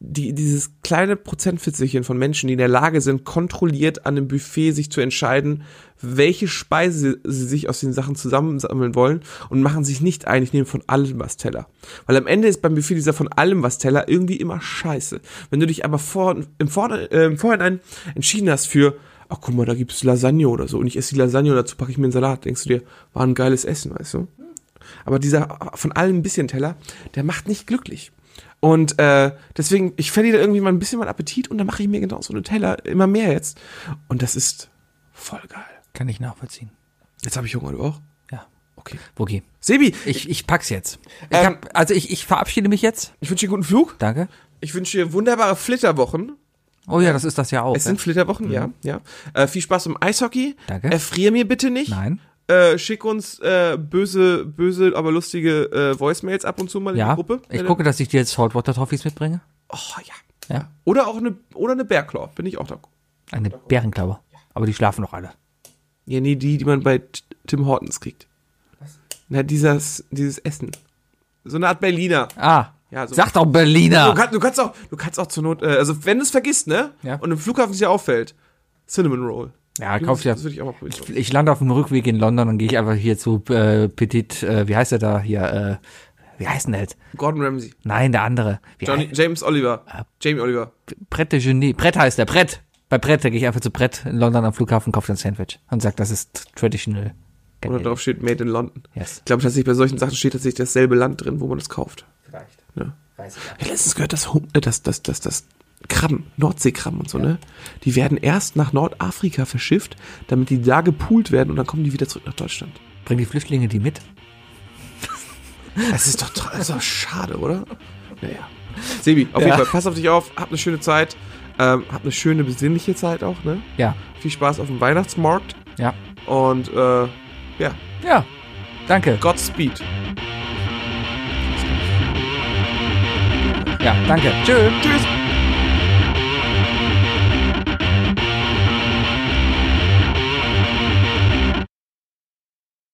S1: die, dieses kleine Prozentviertelchen von Menschen, die in der Lage sind, kontrolliert an einem Buffet sich zu entscheiden, welche Speise sie sich aus den Sachen zusammensammeln wollen und machen sich nicht ein, ich nehme von allem was Teller. Weil am Ende ist beim Buffet dieser von allem was Teller irgendwie immer scheiße. Wenn du dich aber vor, im, vor, äh, im Vorhinein entschieden hast für, ach guck mal, da gibt's Lasagne oder so und ich esse die Lasagne und dazu packe ich mir einen Salat, denkst du dir, war ein geiles Essen, weißt du? Aber dieser von allem ein bisschen Teller, der macht nicht glücklich. Und äh, deswegen, ich verliere da irgendwie mal ein bisschen meinen Appetit und dann mache ich mir genau so einen Teller, immer mehr jetzt. Und das ist voll geil.
S2: kann ich nachvollziehen.
S1: Jetzt habe ich Hunger, du auch?
S2: Ja.
S1: Okay.
S2: Wogi.
S1: Sebi, ich,
S2: Ich, ich pack's jetzt. Ich
S1: Ähm,
S2: hab, also ich, ich verabschiede mich jetzt.
S1: wünsche dir einen guten Flug.
S2: Danke.
S1: Ich wünsche dir wunderbare Flitterwochen.
S2: Oh ja, das ist das ja auch. ne?
S1: Es sind Flitterwochen, ja. ja. Äh, viel Spaß im Eishockey.
S2: Danke.
S1: Erfrier mir bitte nicht.
S2: Nein.
S1: Äh, schick uns äh, böse, böse, aber lustige äh, Voicemails ab und zu mal in
S2: ja.
S1: die Gruppe.
S2: Ich gucke, dass ich dir jetzt Saltwater Toffees mitbringe.
S1: Oh ja.
S2: Ja.
S1: Oder auch eine, oder eine Bärklaue, bin ich auch da.
S2: Eine Bärenklaue. Aber die schlafen noch alle.
S1: Ja, nee, die, die man bei T- Tim Hortons kriegt. Na, dieses, dieses Essen. So eine Art Berliner.
S2: Ah.
S1: Ja, so-
S2: Sag doch Berliner.
S1: Du, kannst, du kannst auch, du kannst auch zur Not, äh, also wenn du es vergisst, ne?
S2: Ah. Ja.
S1: Und im Flughafen es dir auffällt, Cinnamon Roll.
S2: ja,
S1: Das-
S2: kauf dir.
S1: Das würde ich auch mal probieren.
S2: Ich lande auf dem Rückweg in London und gehe ich einfach hier zu äh, Petit, äh, wie heißt er da hier? Äh, wie heißt denn der jetzt?
S1: Gordon Ramsay.
S2: Nein, der andere. Wie
S1: Johnny, James Oliver.
S2: Ah.
S1: Jamie Oliver.
S2: Brett de Genie. Brett heißt der. Brett. Bei Brett, da gehe ich einfach zu Brett in London am Flughafen, kaufe ein Sandwich und sag, das ist traditional.
S1: Oder drauf steht Made in London.
S2: Yes.
S1: Ich glaube tatsächlich, bei solchen Sachen steht tatsächlich dasselbe Land drin, wo man das kauft.
S2: Vielleicht.
S1: Ja.
S2: Weiß ich
S1: Ich hab letztens gehört, dass, Hum- äh, dass, dass, dass, dass Krabben, Nordseekrabben und so, ne? Die werden erst nach Nordafrika verschifft, damit die da gepoolt werden und dann kommen die wieder zurück nach Deutschland.
S2: Bring die Flüchtlinge die mit?
S1: Das ist doch, tr- das ist doch schade, oder? Naja. Sebi, auf jeden
S2: Ja.
S1: Fall, pass auf dich auf, hab eine schöne Zeit, ähm, hab eine schöne, besinnliche Zeit auch, ne?
S2: Ja.
S1: Viel Spaß auf dem Weihnachtsmarkt
S2: Ja.
S1: und äh, ja,
S2: Ja. Danke.
S1: Godspeed.
S2: Ja, danke. Tschö.
S1: Tschüss!